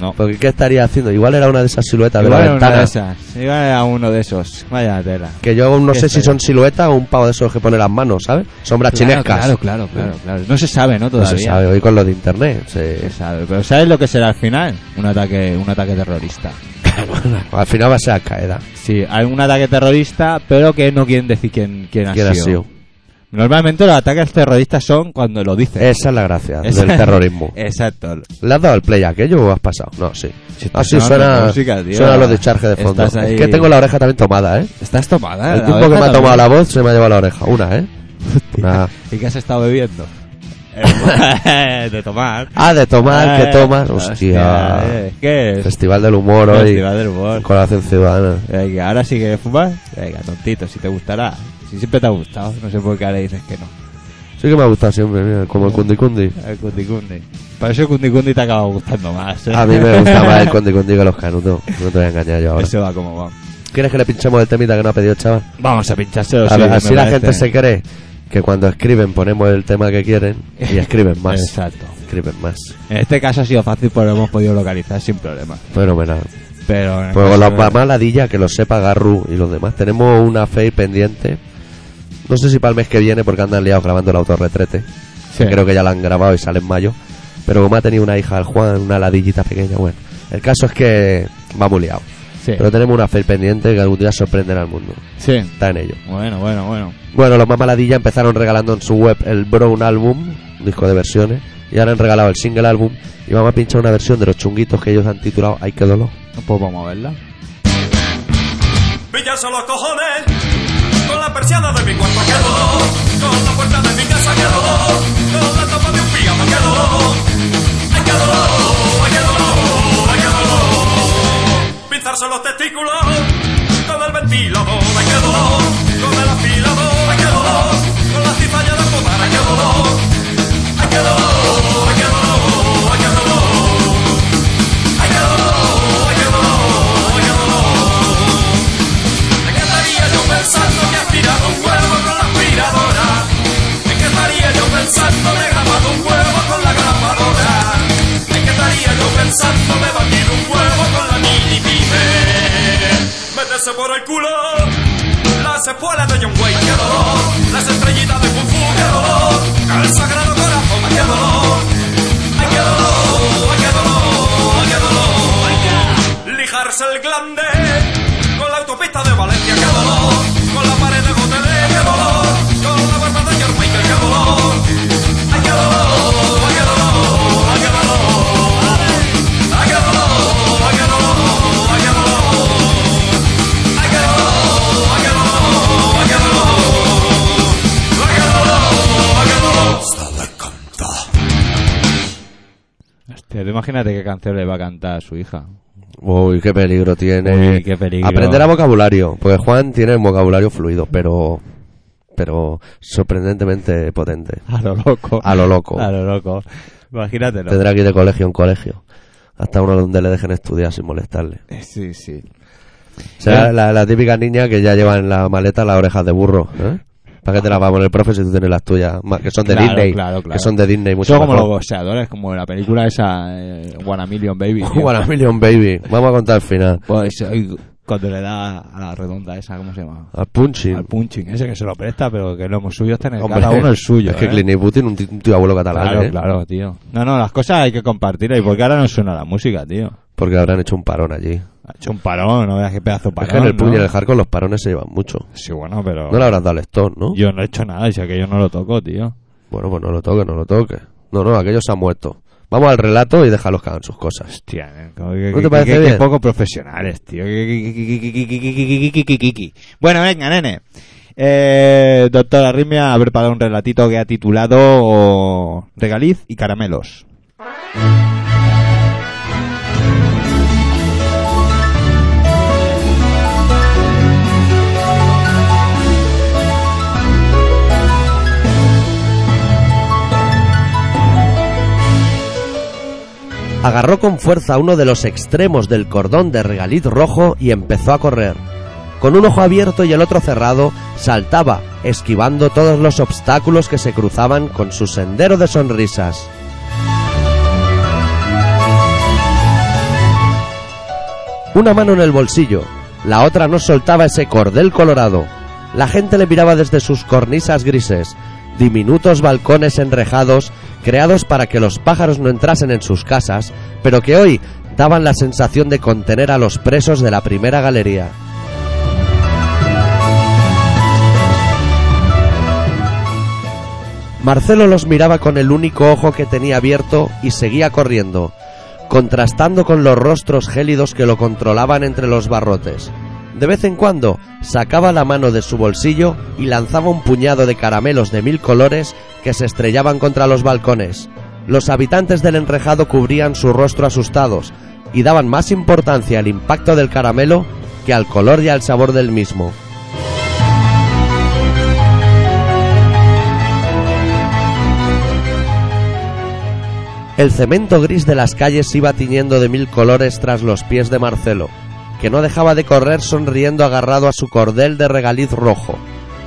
Speaker 2: No.
Speaker 1: Porque ¿qué estaría haciendo? Igual era una de esas siluetas
Speaker 2: Igual
Speaker 1: de
Speaker 2: era
Speaker 1: la
Speaker 2: una
Speaker 1: ventana.
Speaker 2: de esas. Igual era uno de esos. Vaya tela.
Speaker 1: Que yo no
Speaker 2: ¿Qué
Speaker 1: sé si
Speaker 2: estaría?
Speaker 1: son siluetas o un pavo de esos que pone las manos, ¿sabes? Sombras
Speaker 2: Claro,
Speaker 1: chinescas.
Speaker 2: Claro, claro, claro, claro. No se sabe, ¿no?
Speaker 1: No
Speaker 2: Todavía.
Speaker 1: se sabe, hoy con lo de internet.
Speaker 2: No
Speaker 1: se-
Speaker 2: se sabe. Pero ¿sabes lo que será al final? Un ataque, un ataque terrorista.
Speaker 1: Al final va a ser Al Qaeda.
Speaker 2: Sí, hay un ataque terrorista, pero que no quieren decir quién, quién,
Speaker 1: ¿Quién
Speaker 2: ha,
Speaker 1: ha
Speaker 2: sido.
Speaker 1: sido?
Speaker 2: Normalmente los ataques terroristas son cuando lo dicen.
Speaker 1: Esa es la gracia
Speaker 2: Esa-
Speaker 1: Eh, del terrorismo.
Speaker 2: Exacto.
Speaker 1: ¿Le has dado el play a aquello o has pasado? No, sí.
Speaker 2: Sí,
Speaker 1: Ah, sí,
Speaker 2: sonando
Speaker 1: suena,
Speaker 2: música, tío.
Speaker 1: suena los discharges de fondo.
Speaker 2: Estás ahí-
Speaker 1: Es que tengo la oreja también tomada, ¿eh?
Speaker 2: Estás tomada.
Speaker 1: El
Speaker 2: la
Speaker 1: tiempo que me
Speaker 2: oreja
Speaker 1: ha tomado
Speaker 2: también.
Speaker 1: la voz se me ha llevado la oreja. Una, ¿eh? Una.
Speaker 2: ¿Y qué has estado bebiendo? Eh, de tomar.
Speaker 1: Ah, de tomar,
Speaker 2: Eh,
Speaker 1: que tomas. Hostia.
Speaker 2: eh, ¿Qué es?
Speaker 1: Festival del humor hoy.
Speaker 2: Festival del humor.
Speaker 1: Colación ciudadana.
Speaker 2: Venga, ahora sí que fumas. Venga, tontito, si te gustará. Si siempre te ha gustado, no sé por qué ahora dices que no.
Speaker 1: Sí que me ha gustado siempre, mira, como el cundi cundi.
Speaker 2: El cundicundi. Para eso el cundicundi te acaba gustando más. ¿eh?
Speaker 1: A mí me gusta más el cundi cundi que los canutos. No te voy a engañar yo ahora.
Speaker 2: Eso va como va.
Speaker 1: ¿Quieres que le pinchemos el temita que no ha pedido, el chaval?
Speaker 2: Vamos a pinchárselo.
Speaker 1: A
Speaker 2: sí,
Speaker 1: ver,
Speaker 2: me
Speaker 1: así la gente
Speaker 2: parece.
Speaker 1: se cree que cuando escriben ponemos el tema que quieren y escriben más.
Speaker 2: Exacto.
Speaker 1: Escriben más.
Speaker 2: En este caso ha sido fácil porque lo hemos podido localizar sin problema.
Speaker 1: Fenomenal.
Speaker 2: Ah, Pero. en el
Speaker 1: Pues con la
Speaker 2: caso de-
Speaker 1: mamá ladilla, que lo sepa Garru y los demás. Tenemos una fe pendiente. No sé si para el mes que viene, porque andan liados grabando el autorretrete.
Speaker 2: Sí.
Speaker 1: Creo que ya la han grabado y sale en mayo. Pero como ha tenido una hija, el Juan, una ladillita pequeña, bueno. El caso es que va muy liado.
Speaker 2: Sí.
Speaker 1: Pero tenemos una fe pendiente que algún día sorprenderá al mundo.
Speaker 2: sí.
Speaker 1: Está en ello.
Speaker 2: Bueno, bueno, bueno.
Speaker 1: Bueno, los Mamaladilla empezaron regalando en su web el Brown Album, un disco de versiones, y ahora han regalado el single álbum y vamos a pinchar una versión de los chunguitos que ellos han titulado Hay que dolor.
Speaker 2: Pues vamos a verla.
Speaker 5: Pillas a los cojones con la persiana de mi cuarto que dolor, con la puerta de mi casa que dolor, con la tapa de un pijama que dolor, ay que dolor, ay que dolor, ay que dolor. Pinzarse los testículos con el ventilador, ay que dolor, con el afilador, ay que dolor, con la cizalla de fumar, ay que dolor, ay que dolor, ay que dolor, ay que dolor. Ay, que dolor, ay, que dolor, ay, que dolor. Me quedaría yo pensando que has tirado un huevo con la es el glande. Con la autopista de Valencia, qué dolor. Con la pared de Gotelé, qué dolor. Con la barba de George Michael, qué dolor. Ay, qué dolor, ay, qué dolor, ay, qué dolor. Ay, qué dolor, ay, qué dolor, ay, qué dolor. Ay, qué dolor, ay, qué dolor, ay, qué dolor. Ay, qué dolor, ay, qué dolor.
Speaker 2: Hostia, tú imagínate qué canción le va a cantar a su hija.
Speaker 1: Uy, qué peligro tiene.
Speaker 2: Uy, qué peligro.
Speaker 1: Aprender a vocabulario, porque Juan tiene un vocabulario fluido, pero pero sorprendentemente potente.
Speaker 2: A lo loco.
Speaker 1: A lo loco.
Speaker 2: A lo loco. Imagínatelo.
Speaker 1: Tendrá que ir de colegio en colegio. Hasta uno donde le dejen estudiar sin molestarle.
Speaker 2: Eh, Sí, sí.
Speaker 1: O
Speaker 2: ¿Eh?
Speaker 1: sea, la, la típica niña que ya lleva en la maleta las orejas de burro. ¿eh? ¿Para qué te las va a poner el profe si tú tienes las tuyas? Ma- Que son de
Speaker 2: Claro,
Speaker 1: Disney.
Speaker 2: claro, claro.
Speaker 1: Que son de Disney mucho
Speaker 2: Son como los
Speaker 1: mejor.
Speaker 2: boxeadores, como la película esa, eh, One a Million Baby. tío.
Speaker 1: Juan a Million Baby. Vamos a contar el final.
Speaker 2: Pues eh, cuando le da a la redonda esa, ¿cómo se llama?
Speaker 1: Al punching.
Speaker 2: Al punching, ese que se lo presta, pero que lo suyo está en el
Speaker 1: Hombre,
Speaker 2: cada uno el suyo.
Speaker 1: Es que
Speaker 2: ¿eh?
Speaker 1: Clint Eastwood tiene un, t- un tío abuelo catalán.
Speaker 2: Claro,
Speaker 1: ¿eh?
Speaker 2: claro, tío. No, no, las cosas hay que compartirlas y porque ahora no suena la música, tío.
Speaker 1: Porque habrán hecho un parón allí.
Speaker 2: Ha hecho un parón, no veas qué pedazo de parón.
Speaker 1: es que en el
Speaker 2: ¿no?
Speaker 1: pub y en el hardcore los parones se llevan mucho.
Speaker 2: Sí, bueno, pero
Speaker 1: No le habrás dado el stop, ¿no?
Speaker 2: yo no he hecho nada, y si aquello no lo toco, tío.
Speaker 1: Bueno, pues no lo toques, no lo toques. No, no, aquellos se han muerto. Vamos al relato y déjalos que hagan sus cosas.
Speaker 2: Hostia, eh, como que-
Speaker 1: ¿No te
Speaker 2: que-
Speaker 1: parece
Speaker 2: que- que
Speaker 1: bien?
Speaker 2: poco profesionales, tío. Bueno, venga, nene. Eh, doctor Arrimia ha preparado un relatito que ha titulado Regaliz y caramelos.
Speaker 1: Agarró con fuerza uno de los extremos del cordón de regaliz rojo y empezó a correr. Con un ojo abierto y el otro cerrado, saltaba, esquivando todos los obstáculos que se cruzaban con su sendero de sonrisas. Una mano en el bolsillo, la otra no soltaba ese cordel colorado. La gente le miraba desde sus cornisas grises, diminutos balcones enrejados creados para que los pájaros no entrasen en sus casas, pero que hoy daban la sensación de contener a los presos de la primera galería. Marcelo los miraba con el único ojo que tenía abierto y seguía corriendo, contrastando con los rostros gélidos que lo controlaban entre los barrotes. De vez en cuando sacaba la mano de su bolsillo y lanzaba un puñado de caramelos de mil colores que se estrellaban contra los balcones. Los habitantes del enrejado cubrían su rostro asustados y daban más importancia al impacto del caramelo que al color y al sabor del mismo. El cemento gris de las calles iba tiñendo de mil colores tras los pies de Marcelo, que no dejaba de correr sonriendo agarrado a su cordel de regaliz rojo.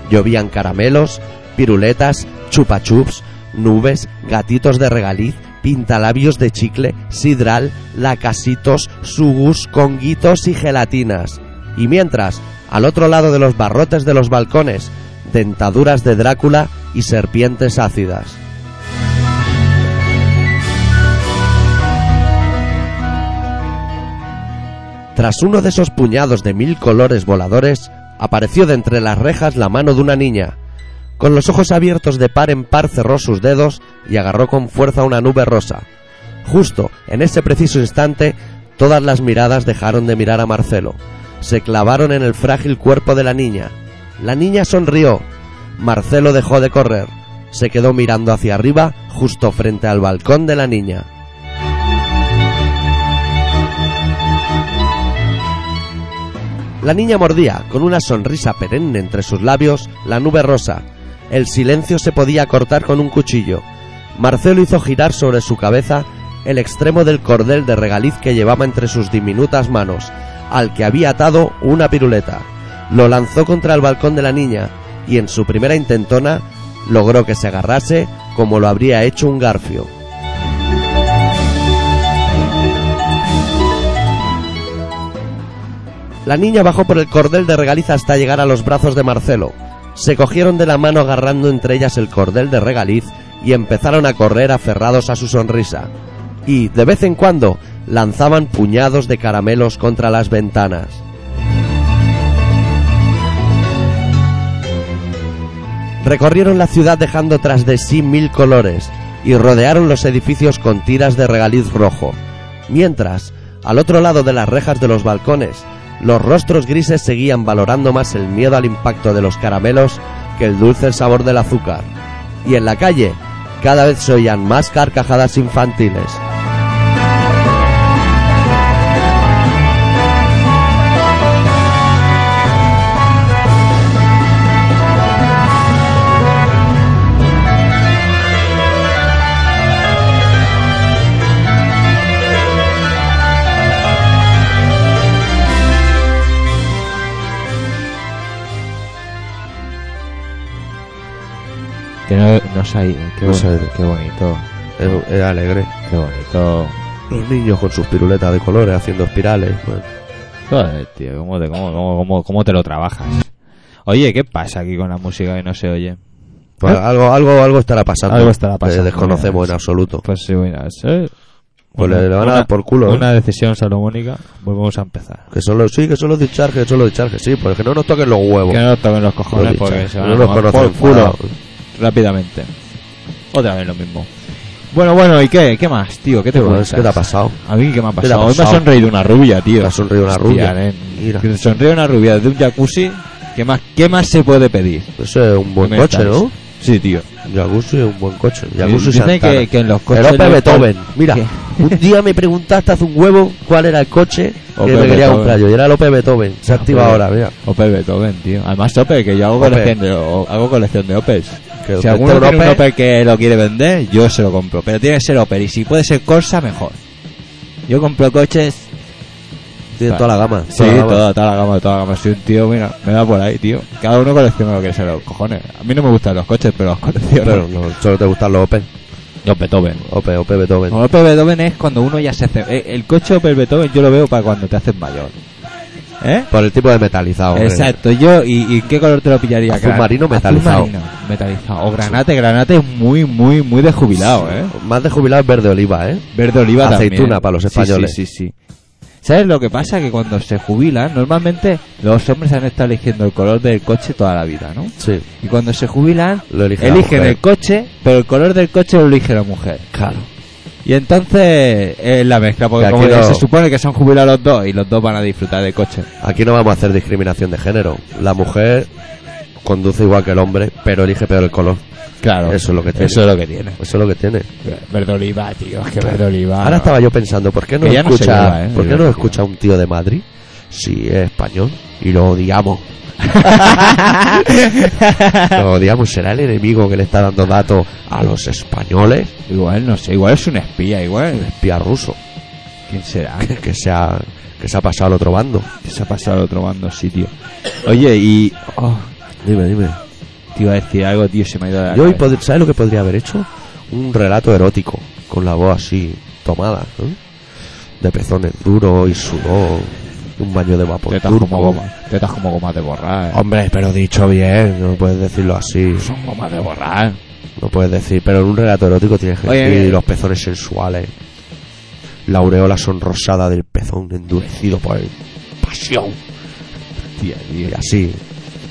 Speaker 1: Llovían caramelos, piruletas, chupachups, nubes, gatitos de regaliz, pintalabios de chicle, sidral, lacasitos, sugus, conguitos y gelatinas. Y mientras, al otro lado de los barrotes de los balcones, dentaduras de Drácula y serpientes ácidas. Tras uno de esos puñados de mil colores voladores, apareció de entre las rejas la mano de una niña. Con los ojos abiertos de par en par cerró sus dedos y agarró con fuerza una nube rosa. Justo en ese preciso instante, todas las miradas dejaron de mirar a Marcelo. Se clavaron en el frágil cuerpo de la niña. La niña sonrió. Marcelo dejó de correr. Se quedó mirando hacia arriba, justo frente al balcón de la niña. La niña mordía, con una sonrisa perenne entre sus labios, la nube rosa. El silencio se podía cortar con un cuchillo. Marcelo hizo girar sobre su cabeza el extremo del cordel de regaliz que llevaba entre sus diminutas manos, al que había atado una piruleta. Lo lanzó contra el balcón de la niña y en su primera intentona logró que se agarrase como lo habría hecho un garfio. La niña bajó por el cordel de regaliz hasta llegar a los brazos de Marcelo. Se cogieron de la mano agarrando entre ellas el cordel de regaliz y empezaron a correr aferrados a su sonrisa. y, de vez en cuando, lanzaban puñados de caramelos contra las ventanas. Recorrieron la ciudad dejando tras de sí mil colores y rodearon los edificios con tiras de regaliz rojo. Mientras, al otro lado de las rejas de los balcones, los rostros grises seguían valorando más el miedo al impacto de los caramelos que el dulce sabor del azúcar. Y en la calle, cada vez se oían más carcajadas infantiles.
Speaker 2: Que no, no se ha ido. eh, Qué,
Speaker 1: No
Speaker 2: boni-
Speaker 1: se ha ido.
Speaker 2: qué bonito.
Speaker 1: Es alegre.
Speaker 2: Qué bonito.
Speaker 1: Los niños con sus piruletas de colores haciendo espirales. bueno.
Speaker 2: Joder, tío, ¿cómo te, cómo, cómo, cómo- cómo te lo trabajas? Oye, ¿qué pasa aquí con la música que no se oye?
Speaker 1: Pues
Speaker 2: ¿Eh?
Speaker 1: algo, algo, algo estará pasando.
Speaker 2: Algo estará
Speaker 1: que
Speaker 2: pasando,
Speaker 1: desconocemos
Speaker 2: verás.
Speaker 1: en absoluto.
Speaker 2: Pues sí, buenas. ¿eh?
Speaker 1: Pues le- le van a
Speaker 2: una-
Speaker 1: dar por culo, ¿eh?
Speaker 2: Una decisión salomónica. Volvemos a empezar.
Speaker 1: Que solo, sí, que solo dicharge, solo dicharge, sí, pues que no nos toquen los huevos.
Speaker 2: Que no nos toquen los cojones
Speaker 1: Los
Speaker 2: porque
Speaker 1: dicharges,
Speaker 2: se van
Speaker 1: no
Speaker 2: a
Speaker 1: nos
Speaker 2: tomar por
Speaker 1: conocen
Speaker 2: culo
Speaker 1: nada.
Speaker 2: rápidamente. Otra vez lo mismo. Bueno, bueno, ¿y qué? ¿Qué más, tío? ¿Qué te
Speaker 1: Bueno,
Speaker 2: cuentas?
Speaker 1: ¿Qué te ha pasado?
Speaker 2: A mí, ¿qué me ha
Speaker 1: te ha
Speaker 2: pasado? Hoy me ha
Speaker 1: pasado?
Speaker 2: sonreído una rubia, tío.
Speaker 1: Te ha sonreído una
Speaker 2: Hostia,
Speaker 1: rubia.
Speaker 2: nen.
Speaker 1: Mira.
Speaker 2: Que te sonríe una rubia desde un jacuzzi. ¿Qué más, qué más se puede pedir?
Speaker 1: Eso es un buen
Speaker 2: ¿Qué me
Speaker 1: Pues coche,
Speaker 2: estás?
Speaker 1: ¿no?
Speaker 2: Sí, tío.
Speaker 1: Jacuzzi es un buen coche. Jacuzzi
Speaker 2: Dicen
Speaker 1: Santana.
Speaker 2: que, que en los coches.
Speaker 1: El Opel
Speaker 2: Leopard-
Speaker 1: Beethoven. Mira,
Speaker 2: ¿Qué?
Speaker 1: un día me preguntaste hace un huevo cuál era el coche que
Speaker 2: Opel
Speaker 1: me quería
Speaker 2: Beethoven.
Speaker 1: comprar yo. Y era el Opel Beethoven. Se activa
Speaker 2: Opel.
Speaker 1: ahora, mira.
Speaker 2: Opel Beethoven, tío. Además, Opel, que yo hago
Speaker 1: Opel.
Speaker 2: colección de, o- hago colección de Opels.
Speaker 1: Que
Speaker 2: si
Speaker 1: Opel
Speaker 2: alguno
Speaker 1: tiene
Speaker 2: tiene un
Speaker 1: Opel-
Speaker 2: Opel que lo quiere vender, yo se lo compro. Pero tiene que ser Opel. Y si puede ser Corsa, mejor. Yo compro coches.
Speaker 1: Tiene
Speaker 2: Vale.
Speaker 1: toda la gama.
Speaker 2: Sí,
Speaker 1: toda la gama.
Speaker 2: toda, toda la gama, toda la gama. Soy un tío, mira, me da por ahí, tío. Cada uno colecciona lo que se los cojones. A mí no me gustan los coches, pero los colecciono.
Speaker 1: Pero no, solo te gustan los Opel.
Speaker 2: Los Beethoven.
Speaker 1: Opel, Opel Beethoven.
Speaker 2: No, Opel Beethoven es cuando uno ya se hace. eh, El coche Opel Beethoven yo lo veo para cuando te haces mayor. ¿Eh?
Speaker 1: Por el tipo de metalizado. Ah, hombre.
Speaker 2: Exacto, yo, ¿y, y qué color te lo pillaría?
Speaker 1: Azul
Speaker 2: Gran-
Speaker 1: marino
Speaker 2: azul
Speaker 1: metalizado.
Speaker 2: marino metalizado. O granate, granate es muy, muy, muy de jubilado, ¿eh?
Speaker 1: Más de jubilado es verde oliva, ¿eh?
Speaker 2: Verde oliva también.
Speaker 1: Aceituna para los
Speaker 2: Sí,
Speaker 1: españoles.
Speaker 2: Sí, sí, sí. ¿Sabes lo que pasa? Que cuando se jubilan, normalmente los hombres han estado eligiendo el color del coche toda la vida, ¿no?
Speaker 1: Sí.
Speaker 2: Y cuando se jubilan,
Speaker 1: Lo elige la
Speaker 2: eligen
Speaker 1: mujer.
Speaker 2: el coche, pero el color del coche lo elige la mujer.
Speaker 1: Claro.
Speaker 2: Y entonces es la mezcla, porque
Speaker 1: Y aquí
Speaker 2: como
Speaker 1: no-
Speaker 2: se supone que son jubilados los dos y los dos van a disfrutar de coche.
Speaker 1: Aquí no vamos a hacer discriminación de género. La mujer conduce igual que el hombre, pero elige peor el color.
Speaker 2: Claro.
Speaker 1: Eso es lo que tiene.
Speaker 2: Eso es lo que tiene.
Speaker 1: Eso es lo que tiene.
Speaker 2: Verde oliva, tío, es que verde oliva.
Speaker 1: Ahora estaba yo pensando, ¿por qué no
Speaker 2: Ah. Que ya no se
Speaker 1: escucha,
Speaker 2: lleva, ¿eh?
Speaker 1: ¿por qué
Speaker 2: Oliva,
Speaker 1: no
Speaker 2: tío.
Speaker 1: escucha un tío de Madrid si es español y lo odiamos? Lo odiamos, será el enemigo que le está dando datos a los españoles,
Speaker 2: igual, no sé, igual es un espía, igual.
Speaker 1: espía ruso,
Speaker 2: ¿Quién será?
Speaker 1: que, que se ha, que se ha pasado al otro bando.
Speaker 2: ¿Qué se ha pasado al otro bando, sí, tío? Oye, y. oh,
Speaker 1: Dime, dime.
Speaker 2: te iba a decir algo, tío, se me ha ido de la
Speaker 1: Yo hoy
Speaker 2: cabeza.
Speaker 1: pod- ¿sabes lo que podría haber hecho? Un relato erótico, con la voz así, tomada, ¿no? De pezones duros y sudor, un baño de vapor
Speaker 2: Tetas
Speaker 1: turco.
Speaker 2: como goma. Tetas como gomas de borrar.
Speaker 1: Hombre, pero dicho bien, no puedes decirlo así.
Speaker 2: Ah, Son gomas de borrar.
Speaker 1: No puedes decir, pero en un relato erótico tienes que
Speaker 2: Oye, eh,
Speaker 1: decir
Speaker 2: mira.
Speaker 1: los pezones sensuales, la aureola sonrosada del pezón endurecido por el pasión.
Speaker 2: Tío,
Speaker 1: Y
Speaker 2: tío.
Speaker 1: así,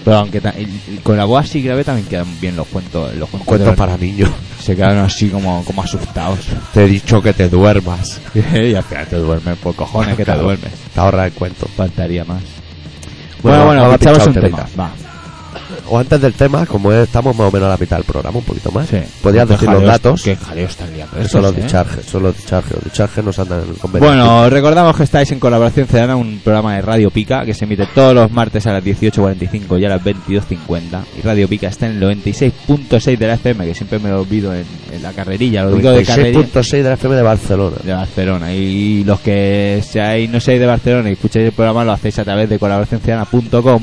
Speaker 2: Pero aunque ta- el- el- con la voz así grave también quedan bien los cuentos. Los cuentos,
Speaker 1: cuentos
Speaker 2: de-
Speaker 1: para niños.
Speaker 2: Se quedaron así como, como asustados.
Speaker 1: Te he dicho que te duermas.
Speaker 2: y al final te duermes, por cojones que te
Speaker 1: Claro.
Speaker 2: duermes.
Speaker 1: Te ahorra el cuento.
Speaker 2: Faltaría más.
Speaker 1: Bueno,
Speaker 2: Bueno, bueno,
Speaker 1: ahora
Speaker 2: pinchamos
Speaker 1: pinchado
Speaker 2: un
Speaker 1: temita.
Speaker 2: tema. Va.
Speaker 1: O antes del tema, como es- estamos más o menos a la mitad del programa, un poquito más, podrías
Speaker 2: Qué
Speaker 1: decir los
Speaker 2: jaleos-
Speaker 1: datos.
Speaker 2: Qué jaleos tan liados
Speaker 1: Eso los
Speaker 2: estos, ¿eh?
Speaker 1: dicharges, son los dicharges. Los dicharges nos andan en el convenio.
Speaker 2: Bueno, recordamos que estáis en Colaboración Ciudadana, un programa de Radio Pica que se emite todos los martes a las 18.45 y a las 22.50. Y Radio Pica está en el 96.6 de la FM, que siempre me lo olvido en, en la carrerilla, lo digo de carrerilla
Speaker 1: 96.6 de la FM de Barcelona.
Speaker 2: de Barcelona. Y los que seáis, no seáis de Barcelona y escucháis el programa, lo hacéis a través de colaboracionciudadana.com.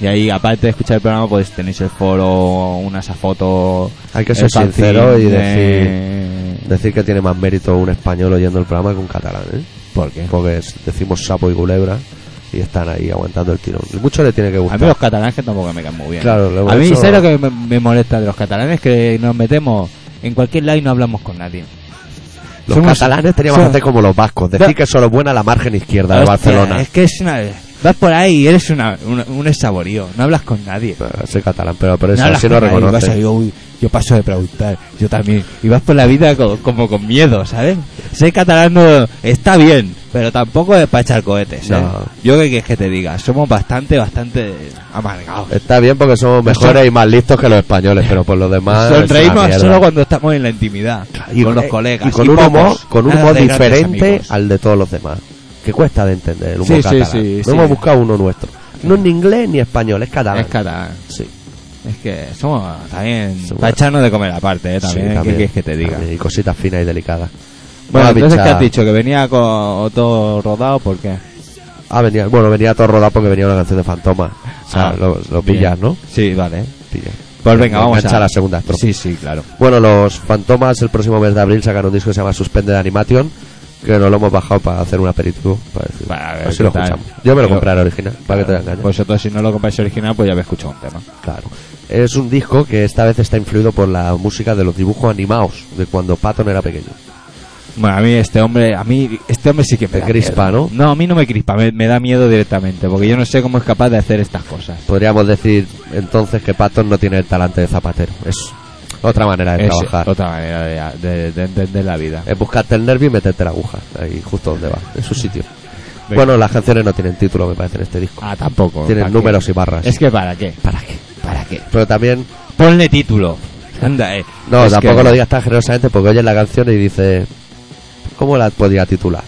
Speaker 2: Y ahí, aparte de escuchar el programa, pues tenéis el foro, unas fotos.
Speaker 1: Hay que
Speaker 2: el
Speaker 1: ser
Speaker 2: fanzine,
Speaker 1: sincero y
Speaker 2: eh,
Speaker 1: Decir que tiene más mérito un español oyendo el programa que un catalán, ¿eh?
Speaker 2: ¿Por qué?
Speaker 1: Porque es- decimos sapo y culebra y están ahí aguantando el tirón. Y mucho le tiene que
Speaker 2: A
Speaker 1: gustar.
Speaker 2: mí los catalanes que tampoco me caen muy bien.
Speaker 1: Claro, lo hemos
Speaker 2: a mí,
Speaker 1: hecho-
Speaker 2: ¿sabes lo que me, me molesta de los catalanes? Que nos metemos en cualquier lado y no hablamos con nadie.
Speaker 1: Los
Speaker 2: Somos-
Speaker 1: catalanes teníamos
Speaker 2: somos-
Speaker 1: que hacer como los vascos, decir
Speaker 2: Da-
Speaker 1: que solo es buena la margen izquierda de
Speaker 2: Hostia,
Speaker 1: Barcelona.
Speaker 2: Es que es una. Vas por ahí y eres una, una- un exaborío. No hablas con nadie.
Speaker 1: Pero Ah, Soy catalán, pero por
Speaker 2: No
Speaker 1: eso
Speaker 2: hablas
Speaker 1: Pues así no
Speaker 2: con nadie, vas
Speaker 1: reconoce.
Speaker 2: ahí, "Uy, yo paso de preguntar, yo también. Y vas por la vida co- como con miedo, ¿sabes? Ser catalán no- está bien, pero tampoco es para echar cohetes, ¿eh?
Speaker 1: No.
Speaker 2: Yo qué quieres que te diga, somos bastante, bastante amargados.
Speaker 1: Está bien porque somos mejores y más listos que los españoles, pero por lo demás. es
Speaker 2: Nos
Speaker 1: una
Speaker 2: sonreímos
Speaker 1: mierda.
Speaker 2: solo cuando estamos en la intimidad,
Speaker 1: Y-
Speaker 2: con los
Speaker 1: eh,
Speaker 2: colegas.
Speaker 1: Y con un
Speaker 2: pocos,
Speaker 1: humor, con un
Speaker 2: nada
Speaker 1: humor
Speaker 2: de grandes
Speaker 1: diferente
Speaker 2: amigos.
Speaker 1: al de todos los demás. Que cuesta de entender el humor
Speaker 2: Sí, sí,
Speaker 1: catalán.
Speaker 2: sí,
Speaker 1: no
Speaker 2: sí.
Speaker 1: hemos buscado uno nuestro. No es ni inglés ni español, es catalán.
Speaker 2: Es Eh, catalán.
Speaker 1: Sí.
Speaker 2: Es que somos también
Speaker 1: Somos-
Speaker 2: para echarnos de comer aparte, ¿eh?
Speaker 1: Sí,
Speaker 2: También, ¿qué quieres que te diga?
Speaker 1: también, Y cositas finas y delicadas. Vamos
Speaker 2: Bueno,
Speaker 1: a
Speaker 2: entonces, ¿qué
Speaker 1: pinchar-
Speaker 2: has dicho? ¿Que venía con todo rodado? ¿Por qué?
Speaker 1: Ah, venía, bueno, venía todo rodado porque venía una canción de Fantoma. O sea,
Speaker 2: Ah,
Speaker 1: lo, lo
Speaker 2: bien.
Speaker 1: pillas, ¿no?
Speaker 2: Sí, vale.
Speaker 1: Pillas.
Speaker 2: Pues venga,
Speaker 1: Me
Speaker 2: vamos
Speaker 1: engancha
Speaker 2: a
Speaker 1: la segunda estrofa.
Speaker 2: Sí, sí, claro.
Speaker 1: Bueno, los Fantomas el próximo mes de abril sacan un disco que se llama Suspended Animation, que nos lo hemos bajado para hacer un aperitivo. Para decir,
Speaker 2: Para ver
Speaker 1: a ver si
Speaker 2: qué
Speaker 1: lo
Speaker 2: tal.
Speaker 1: escuchamos. Yo me lo
Speaker 2: Yo-
Speaker 1: compraré original, para que te engañes.
Speaker 2: Vosotros Pues si no lo compráis original, pues ya habéis escuchado un tema.
Speaker 1: Claro. Es un disco que esta vez está influido por la música de los dibujos animados de cuando Patton era pequeño.
Speaker 2: Bueno, a mí este hombre, a mí este hombre sí que me
Speaker 1: Te
Speaker 2: da
Speaker 1: crispa,
Speaker 2: miedo. No, a mí no me crispa, me, me da miedo directamente, porque yo no sé cómo es capaz de hacer estas cosas.
Speaker 1: Podríamos decir entonces que Patton no tiene el talante de zapatero. Es otra manera de
Speaker 2: es
Speaker 1: trabajar.
Speaker 2: otra manera de, de- de entender la vida.
Speaker 1: Es buscarte el nervio y meterte la aguja. Ahí justo donde va, en su sitio.
Speaker 2: Venga.
Speaker 1: Bueno, las canciones no tienen título, me parece, en este disco.
Speaker 2: Ah, tampoco.
Speaker 1: tienen
Speaker 2: ¿para
Speaker 1: números
Speaker 2: qué?
Speaker 1: y barras.
Speaker 2: Es que para qué.
Speaker 1: ¿Para qué?
Speaker 2: ¿Para qué?
Speaker 1: Pero también,
Speaker 2: Ponle título. Anda, eh.
Speaker 1: no,
Speaker 2: Es
Speaker 1: tampoco
Speaker 2: que-
Speaker 1: lo digas tan generosamente porque oyes la canción y dices, ¿cómo la podría titular?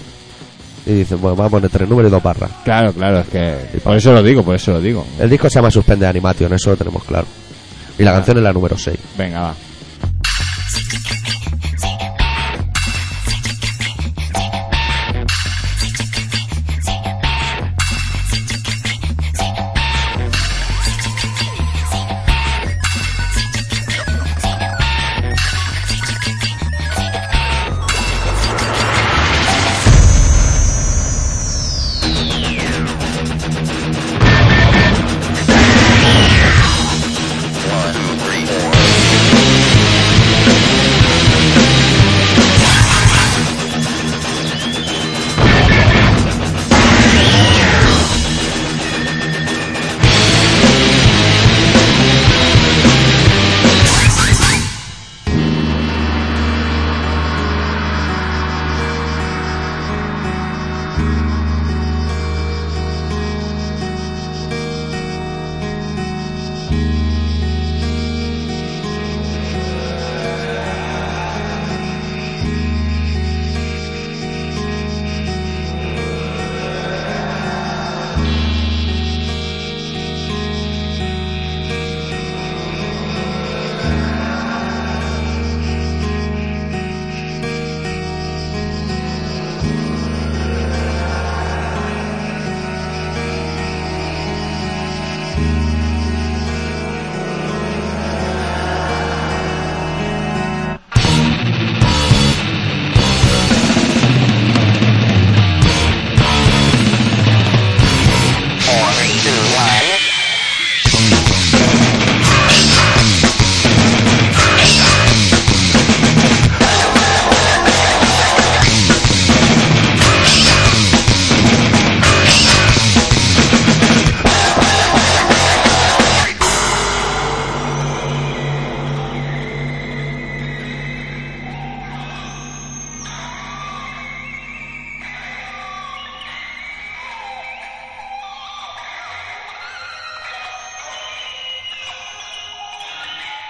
Speaker 1: Y dices, bueno, vamos a poner tres números y dos barras.
Speaker 2: Claro, claro, es que. Por eso lo digo, por eso lo digo.
Speaker 1: El disco se llama Suspende Animation, eso lo tenemos claro. Y la
Speaker 2: Ah.
Speaker 1: canción es la número 6.
Speaker 2: Venga, va.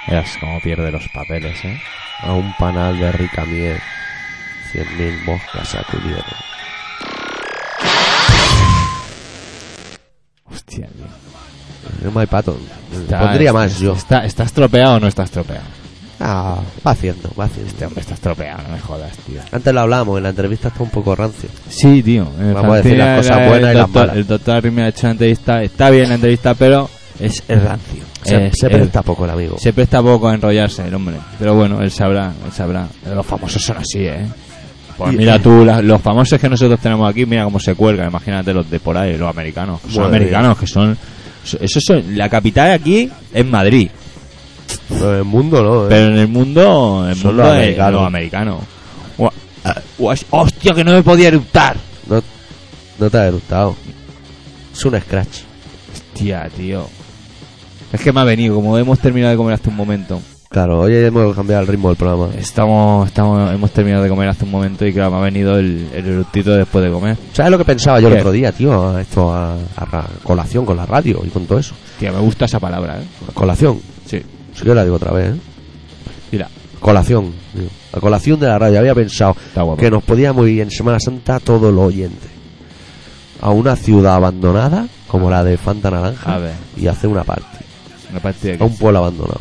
Speaker 2: Verás cómo pierde los papeles, eh.
Speaker 1: A un panal de rica miel, 100.000 moscas sacudieron.
Speaker 2: Hostia, tío.
Speaker 1: No hay Patton.
Speaker 2: Está-
Speaker 1: Pondría
Speaker 2: es-
Speaker 1: más
Speaker 2: es-
Speaker 1: yo.
Speaker 2: Está, ¿Está estropeado o no está estropeado?
Speaker 1: Ah, va haciendo, va haciendo.
Speaker 2: Este hombre está estropeado, no me jodas, tío.
Speaker 1: Antes lo hablábamos, en la entrevista está un poco rancio.
Speaker 2: Sí, tío.
Speaker 1: Vamos a decir las cosas buenas y
Speaker 2: el
Speaker 1: las
Speaker 2: doctor,
Speaker 1: malas. Oh.
Speaker 2: El doctor me ha hecho una entrevista. Está bien la entrevista, pero es es rancio.
Speaker 1: Se,
Speaker 2: Es-
Speaker 1: se
Speaker 2: es-
Speaker 1: presta poco el amigo.
Speaker 2: se presta poco a enrollarse el hombre. Pero bueno, él sabrá, él sabrá. Los famosos son así, ¿eh? Pues
Speaker 1: Y-
Speaker 2: mira tú, la- los famosos que nosotros tenemos aquí, mira cómo se cuelgan. Imagínate los de por ahí, los americanos. que Son
Speaker 1: Madre
Speaker 2: americanos, que son... so- Eso son... La capital aquí es Madrid.
Speaker 1: Pero en el mundo no, ¿eh?
Speaker 2: Pero en el mundo, en el
Speaker 1: Son
Speaker 2: mundo
Speaker 1: los
Speaker 2: es
Speaker 1: americanos.
Speaker 2: los americanos. Gua- Guas- eh, ¡Hostia, que no me podía eructar!
Speaker 1: No, no te ha gustado. Es un scratch.
Speaker 2: Hostia, tío. Es que me ha venido, como hemos terminado de comer hace un momento.
Speaker 1: Claro, hoy hemos cambiado el ritmo del programa.
Speaker 2: Estamos, estamos, hemos terminado de comer hace un momento y claro, me ha venido el, el eructito después de comer.
Speaker 1: ¿Sabes lo que pensaba yo el
Speaker 2: ¿Qué?
Speaker 1: otro día, tío? A Esto a, a ra- colación con la radio y con todo eso.
Speaker 2: Tía, me gusta esa palabra, ¿eh?
Speaker 1: Colación.
Speaker 2: Sí.
Speaker 1: Si yo la digo otra vez, ¿eh?
Speaker 2: Mira,
Speaker 1: Colación. tío. La colación de la radio. Había pensado
Speaker 2: está guapo.
Speaker 1: que nos podíamos ir en Semana Santa todo lo oyente. A una ciudad abandonada, como la de Fanta Naranja,
Speaker 2: A ver.
Speaker 1: y hacer una party.
Speaker 2: Una partida de
Speaker 1: A un pueblo abandonado.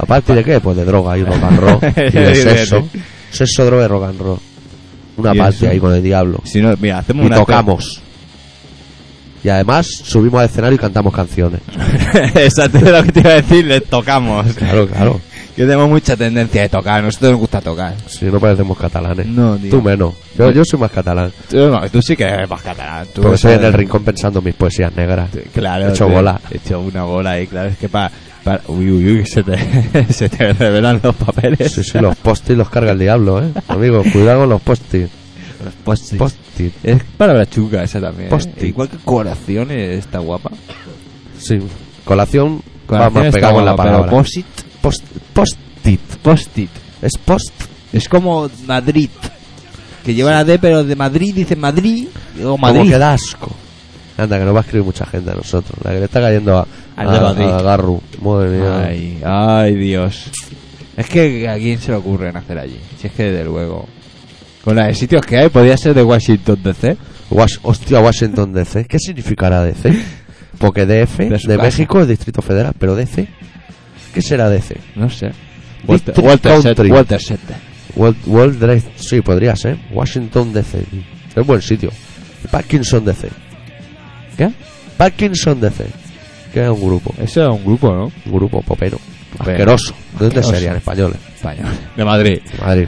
Speaker 1: ¿A party de qué? Pues de droga y rock and roll. y de sexo. Sexo, droga y rock and roll. Una
Speaker 2: Y
Speaker 1: party
Speaker 2: eso.
Speaker 1: ahí con el diablo.
Speaker 2: Si no, mira, hacemos
Speaker 1: Y
Speaker 2: una.
Speaker 1: tocamos. Y además subimos al escenario y cantamos canciones.
Speaker 2: Exacto, es lo que te iba a decir, les tocamos.
Speaker 1: Claro, claro.
Speaker 2: Que tenemos mucha tendencia de tocar, a nosotros nos gusta tocar.
Speaker 1: Si no parecemos catalanes.
Speaker 2: No, tío.
Speaker 1: Tú menos. Yo, yo soy más catalán.
Speaker 2: Tú, no, tú sí que eres más catalán. Tú
Speaker 1: Porque soy
Speaker 2: eres
Speaker 1: en el rincón pensando en mis poesías negras.
Speaker 2: Claro.
Speaker 1: He hecho
Speaker 2: tío.
Speaker 1: bola.
Speaker 2: He hecho una Este, bola ahí, claro. Es que para. uy, uy, uy, se te, se te revelan los papeles.
Speaker 1: Sí, sí, los post los carga el diablo, ¿eh? Amigo, cuidado con los post-it.
Speaker 2: Los post-its.
Speaker 1: Post-it.
Speaker 2: es palabra chunga esa también.
Speaker 1: Post-it.
Speaker 2: ¿eh? Igual que colación eh, está guapa.
Speaker 1: Sí. Colación,
Speaker 2: Colación
Speaker 1: vamos,
Speaker 2: está
Speaker 1: pegamos la
Speaker 2: guapa, pero
Speaker 1: palabra.
Speaker 2: Post-it.
Speaker 1: Post, post-it.
Speaker 2: Post-it.
Speaker 1: Es post.
Speaker 2: Es como Madrid. Que lleva la D, pero de Madrid dice Madrid o
Speaker 1: Como
Speaker 2: Madrid.
Speaker 1: que da asco. Anda, que nos va a escribir mucha gente a nosotros. La que le está cayendo a,
Speaker 2: Al de Madrid.
Speaker 1: a Garru. Madre mía.
Speaker 2: Ay, ay, Dios. Es que a quién se le ocurre nacer allí. Si es que desde luego. Con la de sitios que hay, podría ser de Washington DC.
Speaker 1: Was- hostia, Washington DC. ¿Qué significará DC? Porque DF
Speaker 2: De
Speaker 1: de,
Speaker 2: su casa.
Speaker 1: México es Distrito Federal, pero DC. ¿Qué será DC?
Speaker 2: No sé.
Speaker 1: Walter-
Speaker 2: District
Speaker 1: Walter
Speaker 2: Country.
Speaker 1: Sete.
Speaker 2: Walter Sete.
Speaker 1: World, World Drive- sí, podría ser. Washington DC. Es buen sitio. Parkinson DC.
Speaker 2: ¿Qué?
Speaker 1: Parkinson DC. Que es un grupo.
Speaker 2: Eso es un grupo, ¿no?
Speaker 1: Un grupo popero.
Speaker 2: Popero.
Speaker 1: Asqueroso. ¿De dónde
Speaker 2: Asqueroso.
Speaker 1: serían españoles?
Speaker 2: Español. De Madrid.
Speaker 1: De Madrid.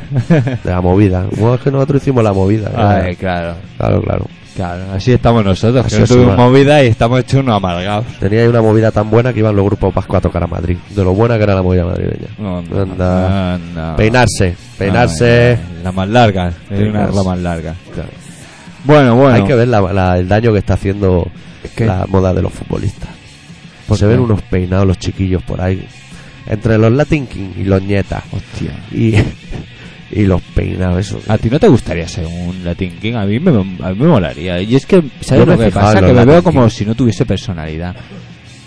Speaker 1: De la movida. Bueno, es que nosotros hicimos la movida.
Speaker 2: Ay, claro.
Speaker 1: Claro, claro.
Speaker 2: Claro, así estamos nosotros.
Speaker 1: Así
Speaker 2: que no
Speaker 1: es,
Speaker 2: tuvimos
Speaker 1: hermano.
Speaker 2: movida y estamos hechos unos amargados.
Speaker 1: Tenía ahí una movida tan buena que iban los grupos Pascua a tocar a Madrid. De lo buena que era la movida madrileña.
Speaker 2: No,
Speaker 1: Anda.
Speaker 2: no, no, Ah, no.
Speaker 1: Peinarse. Peinarse.
Speaker 2: Ay, la más larga. Hay una
Speaker 1: Peinarse.
Speaker 2: la más larga. Bueno, bueno.
Speaker 1: Hay que ver la- la- el daño que está haciendo
Speaker 2: ¿Qué?
Speaker 1: la moda de los futbolistas.
Speaker 2: ¿Por
Speaker 1: se
Speaker 2: qué?
Speaker 1: ven unos peinados los chiquillos por ahí. Entre los Latin King y los nietas.
Speaker 2: Hostia.
Speaker 1: Y, y los peinados, eso.
Speaker 2: ¿A ti no te gustaría ser un Latin King? A mí me, a mí me molaría. Y es que, ¿sabes
Speaker 1: Yo me
Speaker 2: lo
Speaker 1: he
Speaker 2: que
Speaker 1: fijado
Speaker 2: pasa?
Speaker 1: en
Speaker 2: Que
Speaker 1: los
Speaker 2: me
Speaker 1: Latin
Speaker 2: veo como
Speaker 1: King.
Speaker 2: si no tuviese personalidad.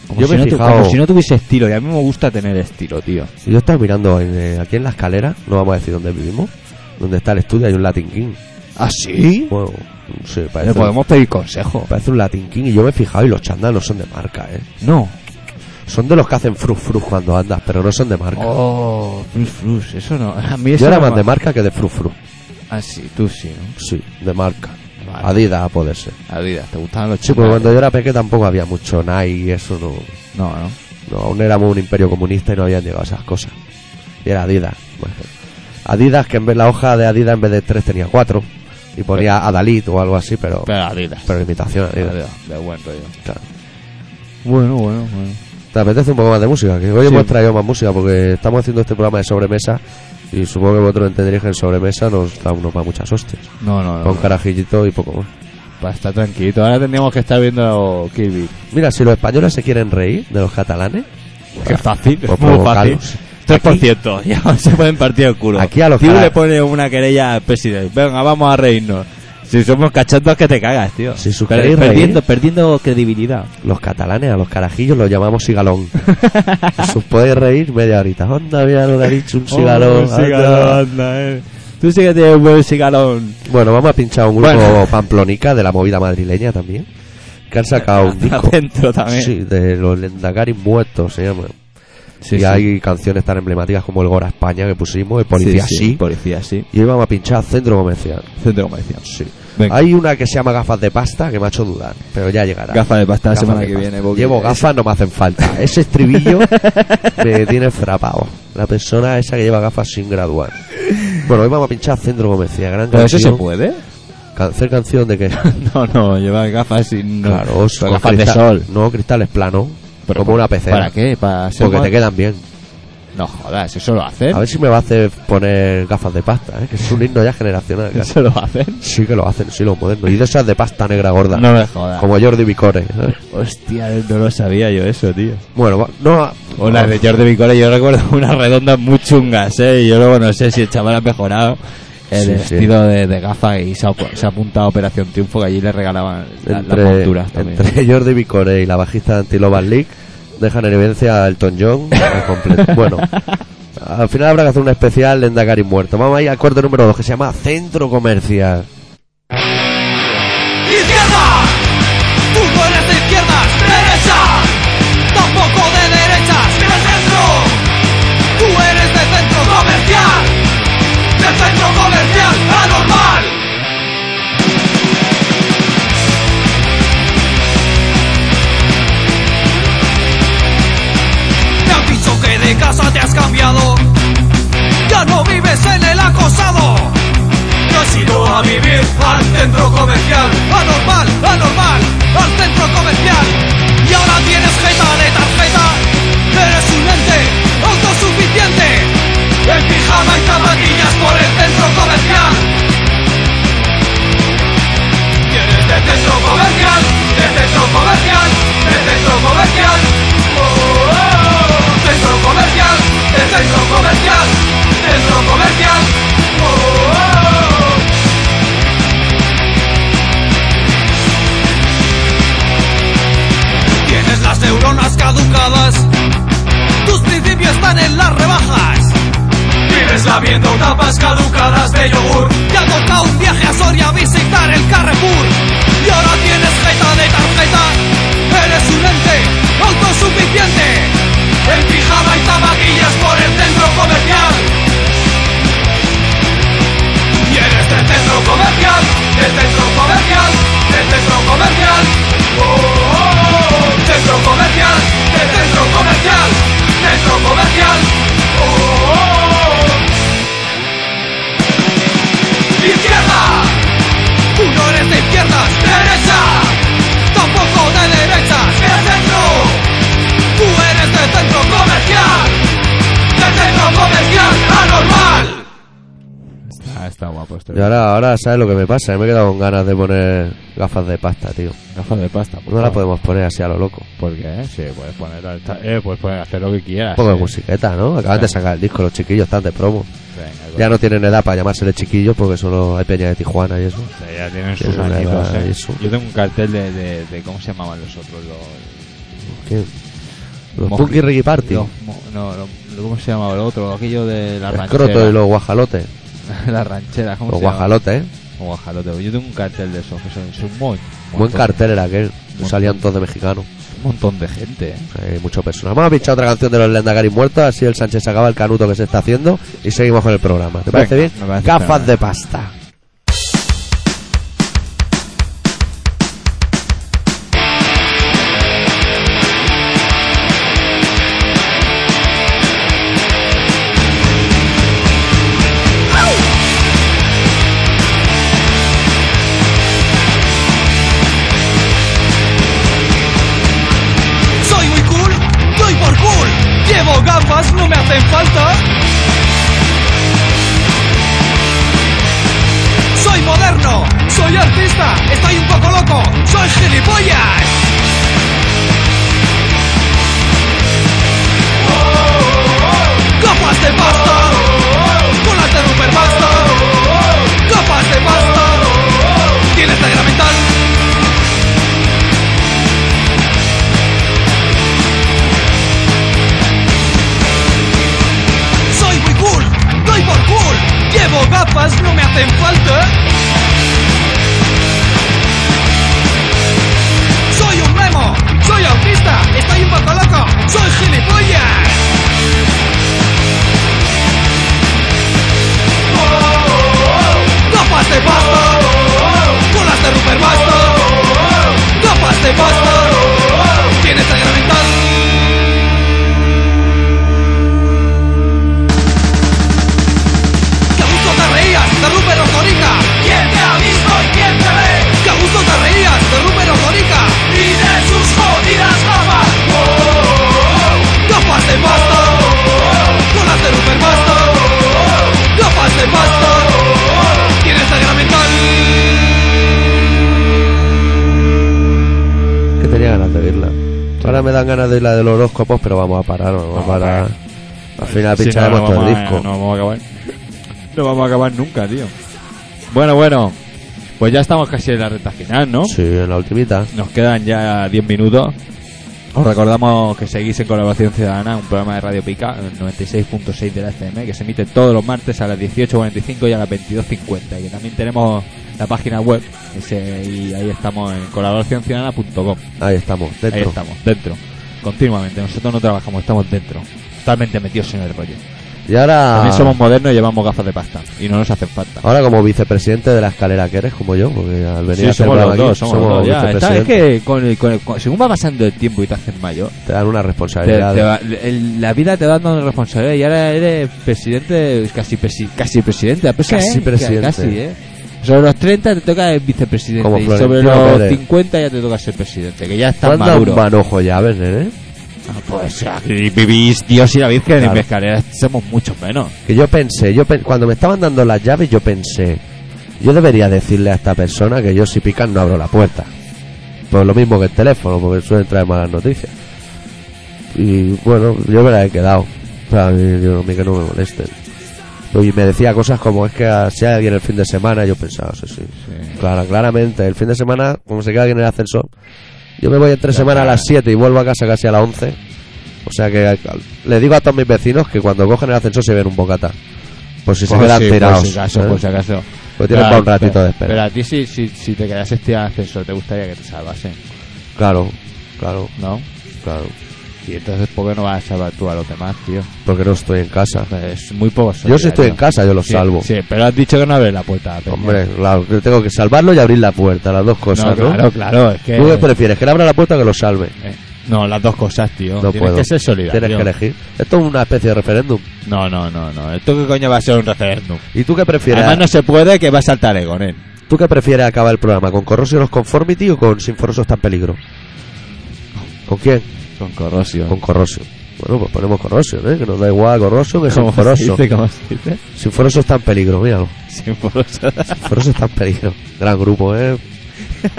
Speaker 2: Como,
Speaker 1: Yo
Speaker 2: si
Speaker 1: me he
Speaker 2: no tu-
Speaker 1: fijado-
Speaker 2: como si no tuviese estilo. Y a mí me gusta tener estilo, tío.
Speaker 1: Yo estaba mirando en, eh, aquí en la escalera, no vamos a decir dónde vivimos, donde está el estudio, hay un Latin King.
Speaker 2: ¿Ah, sí?
Speaker 1: Bueno, sí, Pues parece,
Speaker 2: Le podemos pedir consejo.
Speaker 1: Pues parece un Latin King. Y yo me he fijado y los chandas no son de marca, ¿eh?
Speaker 2: No.
Speaker 1: Son de los que hacen frus frus cuando andas, pero no son de marca.
Speaker 2: Oh, frus, frus. Eso no. A mí eso
Speaker 1: yo era
Speaker 2: no
Speaker 1: más
Speaker 2: me-
Speaker 1: de marca que de frus frus.
Speaker 2: Ah, sí, tú sí, ¿no?
Speaker 1: Sí, de marca.
Speaker 2: Vale.
Speaker 1: Adidas a poder ser.
Speaker 2: Adidas, ¿te gustaban los
Speaker 1: Sí, pues
Speaker 2: chandales?
Speaker 1: cuando yo era pequeño tampoco había mucho Nike y eso no,
Speaker 2: No, no.
Speaker 1: no. Aún éramos un imperio comunista y no habían llegado a esas cosas. Y era Adidas. Bueno, Adidas, que en vez la hoja de Adidas en vez de tres tenía cuatro. Y ponía Adalit o algo así, pero.
Speaker 2: Pero Adidas.
Speaker 1: Pero imitación Adidas.
Speaker 2: Adidas, de buen rollo.
Speaker 1: Claro.
Speaker 2: Bueno, bueno, bueno.
Speaker 1: ¿Te apetece un poco más de música? Que hoy
Speaker 2: Sí.
Speaker 1: hemos traído más música porque estamos haciendo este programa de sobremesa. Y supongo que vosotros entenderéis que en sobremesa nos da unos más muchas hostias.
Speaker 2: No, no, no.
Speaker 1: Con carajillito y poco más.
Speaker 2: Para estar tranquilito. Ahora tendríamos que estar viendo Kill Bill.
Speaker 1: Mira, si los españoles se quieren reír de los catalanes,
Speaker 2: Qué fácil,
Speaker 1: Pues
Speaker 2: muy fácil.
Speaker 1: provocarlos.
Speaker 2: 3%, ya se pueden partir el culo.
Speaker 1: Aquí a los
Speaker 2: Tío
Speaker 1: cara-
Speaker 2: le pone una querella al presidente. Venga, vamos a reírnos. Si somos cachondos que te cagas, tío.
Speaker 1: Si
Speaker 2: Pero
Speaker 1: sugerir reír-
Speaker 2: perdiendo, perdiendo credibilidad.
Speaker 1: los catalanes a los carajillos los llamamos cigalón. Os podéis reír media horita. Onda, mira lo que ha dicho un cigalón.
Speaker 2: Oh,
Speaker 1: anda.
Speaker 2: cigalón, anda, eh. Tú sí que tienes un buen cigalón.
Speaker 1: Bueno, vamos a pinchar un grupo
Speaker 2: Bueno.
Speaker 1: pamplonica de la movida madrileña también. Que han sacado un disco.
Speaker 2: Adentro también.
Speaker 1: Sí, de los Lendakaris muertos se llama.
Speaker 2: Sí,
Speaker 1: y
Speaker 2: sí.
Speaker 1: hay canciones tan emblemáticas como El Gora España que pusimos, El Policía sí.
Speaker 2: Policía sí.
Speaker 1: Y hoy vamos a pinchar Centro Comercial.
Speaker 2: Centro comercial.
Speaker 1: Sí.
Speaker 2: Venga.
Speaker 1: Hay una que se llama Gafas de Pasta que me ha hecho dudar, pero ya llegará.
Speaker 2: Gafas de pasta la
Speaker 1: Gafas
Speaker 2: semana
Speaker 1: de
Speaker 2: que
Speaker 1: pasta.
Speaker 2: viene. porque-
Speaker 1: Llevo gafas, no me hacen falta. Ese estribillo me tiene frapado. La persona esa que lleva gafas sin graduar. Bueno, hoy vamos a pinchar Centro Comercial. Gran
Speaker 2: ¿Pero eso
Speaker 1: canción.
Speaker 2: se puede?
Speaker 1: Cancer canción de que.
Speaker 2: No, no, llevar gafas sin. no.
Speaker 1: Claro,
Speaker 2: Pero
Speaker 1: con
Speaker 2: gafas de
Speaker 1: cristal-
Speaker 2: sol.
Speaker 1: No, cristales planos.
Speaker 2: Pero
Speaker 1: como
Speaker 2: por-
Speaker 1: una pecera.
Speaker 2: ¿Para qué? ¿Para ser
Speaker 1: Porque
Speaker 2: más-
Speaker 1: te quedan bien.
Speaker 2: No jodas, ¿eso lo hacen?
Speaker 1: A ver si me va a hacer poner gafas de pasta, ¿eh? que es un himno ya generacional. casi.
Speaker 2: ¿Eso lo hacen?
Speaker 1: Sí que lo hacen, sí, los modernos. Y de esas de pasta negra gorda.
Speaker 2: No me jodas.
Speaker 1: Como Jordi Vicore. ¿sabes?
Speaker 2: Hostia, no lo sabía yo eso, tío.
Speaker 1: Bueno, va- no.
Speaker 2: O las de Jordi Vicore, yo recuerdo unas redondas muy chungas, ¿eh? Y yo luego no sé si el chaval ha mejorado el
Speaker 1: Sí, sí.
Speaker 2: vestido De, de gafas y se ha, se ha apuntado a Operación Triunfo, que allí le regalaban la- las
Speaker 1: entre,
Speaker 2: monturas también.
Speaker 1: entre Jordi Vicore y la bajista de Antiloban League dejan en evidencia a Elton John al completo. Bueno, al final habrá que hacer un especial de Endacari muerto. Vamos ahí al corte número 2 que se llama Centro Comercial.
Speaker 5: ¡Izquierda! Tú no eres de izquierdas ¡Derecha! Tampoco de derechas ¡Del centro! Tú eres de centro comercial Del centro comercial anormal Te han dicho que de casa te has cambiado Ya no vives en el acosado yo has ido a vivir al centro comercial, anormal, anormal, al centro comercial. Y ahora tienes jeta de tarjeta, eres un ente autosuficiente. En pijama y zapatillas por el centro comercial. Vienes del centro comercial, del centro comercial, del centro comercial. Oh, oh, oh. Centro comercial, del centro comercial, centro comercial. Oh, oh, oh. Tienes las neuronas caducadas. Tus principios están en las rebajas. Vives lamiendo tapas caducadas de yogur. Te ha tocado un viaje a Soria a visitar el Carrefour. Y ahora tienes jeta de tarjeta. Eres un ente autosuficiente. En pijama y tabaquillas por el centro comercial. Y eres del centro comercial, del centro comercial, del centro comercial. Oh, oh, oh. Centro comercial, del centro comercial, centro comercial. Oh, oh, oh. Izquierda, tú no eres de izquierdas, derecha, tampoco de derechas, del centro. Tú eres del centro comercial, del centro comercial anormal.
Speaker 2: Está, Ah, está guapo este esto.
Speaker 1: Y ahora, ahora sabes lo que me pasa. Me he quedado con ganas de poner gafas de pasta, tío.
Speaker 2: Gafas de pasta. por
Speaker 1: No las
Speaker 2: favor.
Speaker 1: podemos poner así a lo loco.
Speaker 2: ¿Por qué? Sí, puedes poner, alta- eh, puedes poner- hacer lo que quieras.
Speaker 1: Un poco de
Speaker 2: eh.
Speaker 1: musiqueta, ¿no? Acaban
Speaker 2: Ah.
Speaker 1: de sacar el disco, los chiquillos están de promo.
Speaker 2: Venga,
Speaker 1: Ya no tienen edad para llamársele chiquillos porque solo hay peña de Tijuana y eso.
Speaker 2: O sea, pues, ya tienen
Speaker 1: Ya
Speaker 2: sus
Speaker 1: son
Speaker 2: añitos,
Speaker 1: edad
Speaker 2: eh.
Speaker 1: y su-
Speaker 2: Yo tengo un cartel de, de, de cómo se llamaban los otros, los...
Speaker 1: ¿Qué? Los
Speaker 2: Moji-
Speaker 1: Punky Ricky Party.
Speaker 2: los mo- no, los- ¿cómo se llamaba el otro? Aquello de la ranchera.
Speaker 1: Escroto y los guajalotes.
Speaker 2: la ranchera, ¿cómo
Speaker 1: Los
Speaker 2: se llama?
Speaker 1: guajalotes, ¿eh?
Speaker 2: Los guajalotes. Yo tengo un cartel de esos, que son, son muy... un
Speaker 1: Buen
Speaker 2: montón-
Speaker 1: cartel era aquel.
Speaker 2: montón.
Speaker 1: Salían todos de mexicanos.
Speaker 2: Un montón de gente, eh.
Speaker 1: Hay mucho personal. Vamos a pinchar otra canción de los Lendagaris muertos. Así el Sánchez acaba el canuto que se está haciendo. Y seguimos con el programa. ¿Te parece
Speaker 2: Venga,
Speaker 1: bien?
Speaker 2: me parece
Speaker 1: Gafas
Speaker 2: fenomenal.
Speaker 1: de pasta.
Speaker 5: Soy muy cool, doy por cool. Llevo gafas, no me hacen falta. Oh,
Speaker 1: ganas de oírla. Ahora me dan ganas de oír la de los horóscopos, pero vamos a parar, vamos,
Speaker 2: Vamos
Speaker 1: a
Speaker 2: a
Speaker 1: parar.
Speaker 2: parar.
Speaker 1: Al final
Speaker 2: Sí,
Speaker 1: pincharemos
Speaker 2: no, no
Speaker 1: todo el
Speaker 2: vamos a-
Speaker 1: disco.
Speaker 2: No vamos a acabar. No vamos a acabar nunca, tío. Bueno, bueno. Pues ya estamos casi en la recta final, ¿no?
Speaker 1: Sí, en la ultimita.
Speaker 2: Nos quedan ya 10 minutos. Os recordamos que seguís en Colaboración Ciudadana, un programa de Radio Pica, el 96.6 de la FM, que se emite todos los martes a las 18.45 y a las 22.50. Y que también tenemos la página web, ese- y ahí estamos en colaboracionciudadana.com.
Speaker 1: Ahí estamos, dentro.
Speaker 2: Ahí estamos, dentro. Continuamente. Nosotros no trabajamos, estamos dentro. Totalmente metidos en el rollo.
Speaker 1: Y ahora,
Speaker 2: También somos modernos y llevamos gafas de pasta. Y no nos hacen falta.
Speaker 1: ahora como vicepresidente de la escalera que eres, como yo, porque al venir a
Speaker 2: Sí,
Speaker 1: hacer
Speaker 2: somos
Speaker 1: programa
Speaker 2: los
Speaker 1: aquí,
Speaker 2: dos, somos los dos. Ya, esta es
Speaker 1: vicepresidente.
Speaker 2: que con el- con el- con- según va pasando el tiempo y te haces mayor,
Speaker 1: Te dan una
Speaker 2: te- te
Speaker 1: responsabilidad.
Speaker 2: va- el- la vida te va dando responsabilidad y ahora eres presidente, casi, presi- casi presidente. apenas,
Speaker 1: Casi
Speaker 2: ¿eh?
Speaker 1: presidente.
Speaker 2: Casi, ¿eh? Sobre los 30 te toca el vicepresidente
Speaker 1: Como
Speaker 2: y
Speaker 1: Florentino
Speaker 2: sobre los
Speaker 1: Pérez.
Speaker 2: 50 ya te toca ser presidente, que ya estás
Speaker 1: Manda un
Speaker 2: maduro.
Speaker 1: manojo ya, ¿ves, nene?
Speaker 2: Ah, pues aquí vivís Dios y la Virgen
Speaker 1: Claro.
Speaker 2: en Pescarera, somos muchos menos.
Speaker 1: Que yo pensé, yo pen- cuando me estaban dando las llaves, yo pensé, yo debería decirle a esta persona que yo si pican no abro la puerta. Pues lo mismo que el teléfono, porque suelen traer malas noticias. Y bueno, yo me la he quedado. O sea, a mí, yo- a mí que no me molesten. Pues, Y me decía cosas como es que ah, si hay alguien el fin de semana, yo pensaba, sí, sí. Claro, claramente, el fin de semana, como se queda alguien en el ascensor, yo me voy entre semana a las 7 y vuelvo a casa casi a las 11. O sea que al- le digo a todos mis vecinos que cuando cogen el ascensor se ven un bocata. Por si Pues se
Speaker 2: Por
Speaker 1: quedan
Speaker 2: si-
Speaker 1: tirados.
Speaker 2: Por Pues si acaso,
Speaker 1: ¿eh?
Speaker 2: por si acaso.
Speaker 1: Pues tienen
Speaker 2: Pero-
Speaker 1: para un ratito
Speaker 2: pero-
Speaker 1: de espera.
Speaker 2: Pero a ti, si, si, si te quedas estirado en el ascensor, te gustaría que te salvasen,
Speaker 1: Claro, claro,
Speaker 2: ¿no?
Speaker 1: claro.
Speaker 2: Y entonces, ¿por qué no vas a salvar tú a los demás, tío?
Speaker 1: Porque no estoy en casa.
Speaker 2: Es muy poco
Speaker 1: Yo si
Speaker 2: solidario.
Speaker 1: estoy en casa, yo lo
Speaker 2: Sí,
Speaker 1: salvo.
Speaker 2: Sí, pero has dicho que no abres la puerta. Peña.
Speaker 1: Hombre, claro, que tengo que salvarlo y abrir la puerta, las dos
Speaker 2: no,
Speaker 1: cosas, ¿no?
Speaker 2: claro, claro, es que...
Speaker 1: ¿Tú qué prefieres? ¿Que le abra la puerta o que lo salve?
Speaker 2: eh, no, las dos cosas, tío.
Speaker 1: No
Speaker 2: Tienes
Speaker 1: puedo.
Speaker 2: que ser solidario.
Speaker 1: Tienes que elegir. Esto es una especie de referéndum.
Speaker 2: No, no, no, no. ¿Esto qué coño va a ser un referéndum?
Speaker 1: ¿Y tú qué prefieres?
Speaker 2: Además no se puede que va a saltar Egon, eh. él.
Speaker 1: ¿Tú qué prefieres acabar el programa? ¿Con Corrosionos Conformity o con Sin Forrosos Tan Peligro? ¿Con quién?
Speaker 2: Con corrosión.
Speaker 1: Con Corrosion. Bueno, pues ponemos Corrosion, ¿eh? Que nos da igual Corrosion que Sin
Speaker 2: ¿Cómo se
Speaker 1: Foroso.
Speaker 2: dice? ¿Cómo se dice?
Speaker 1: Sin Foroso está en peligro, míralo.
Speaker 2: Sin poroso.
Speaker 1: Sin Foroso está en peligro. Gran grupo, ¿eh?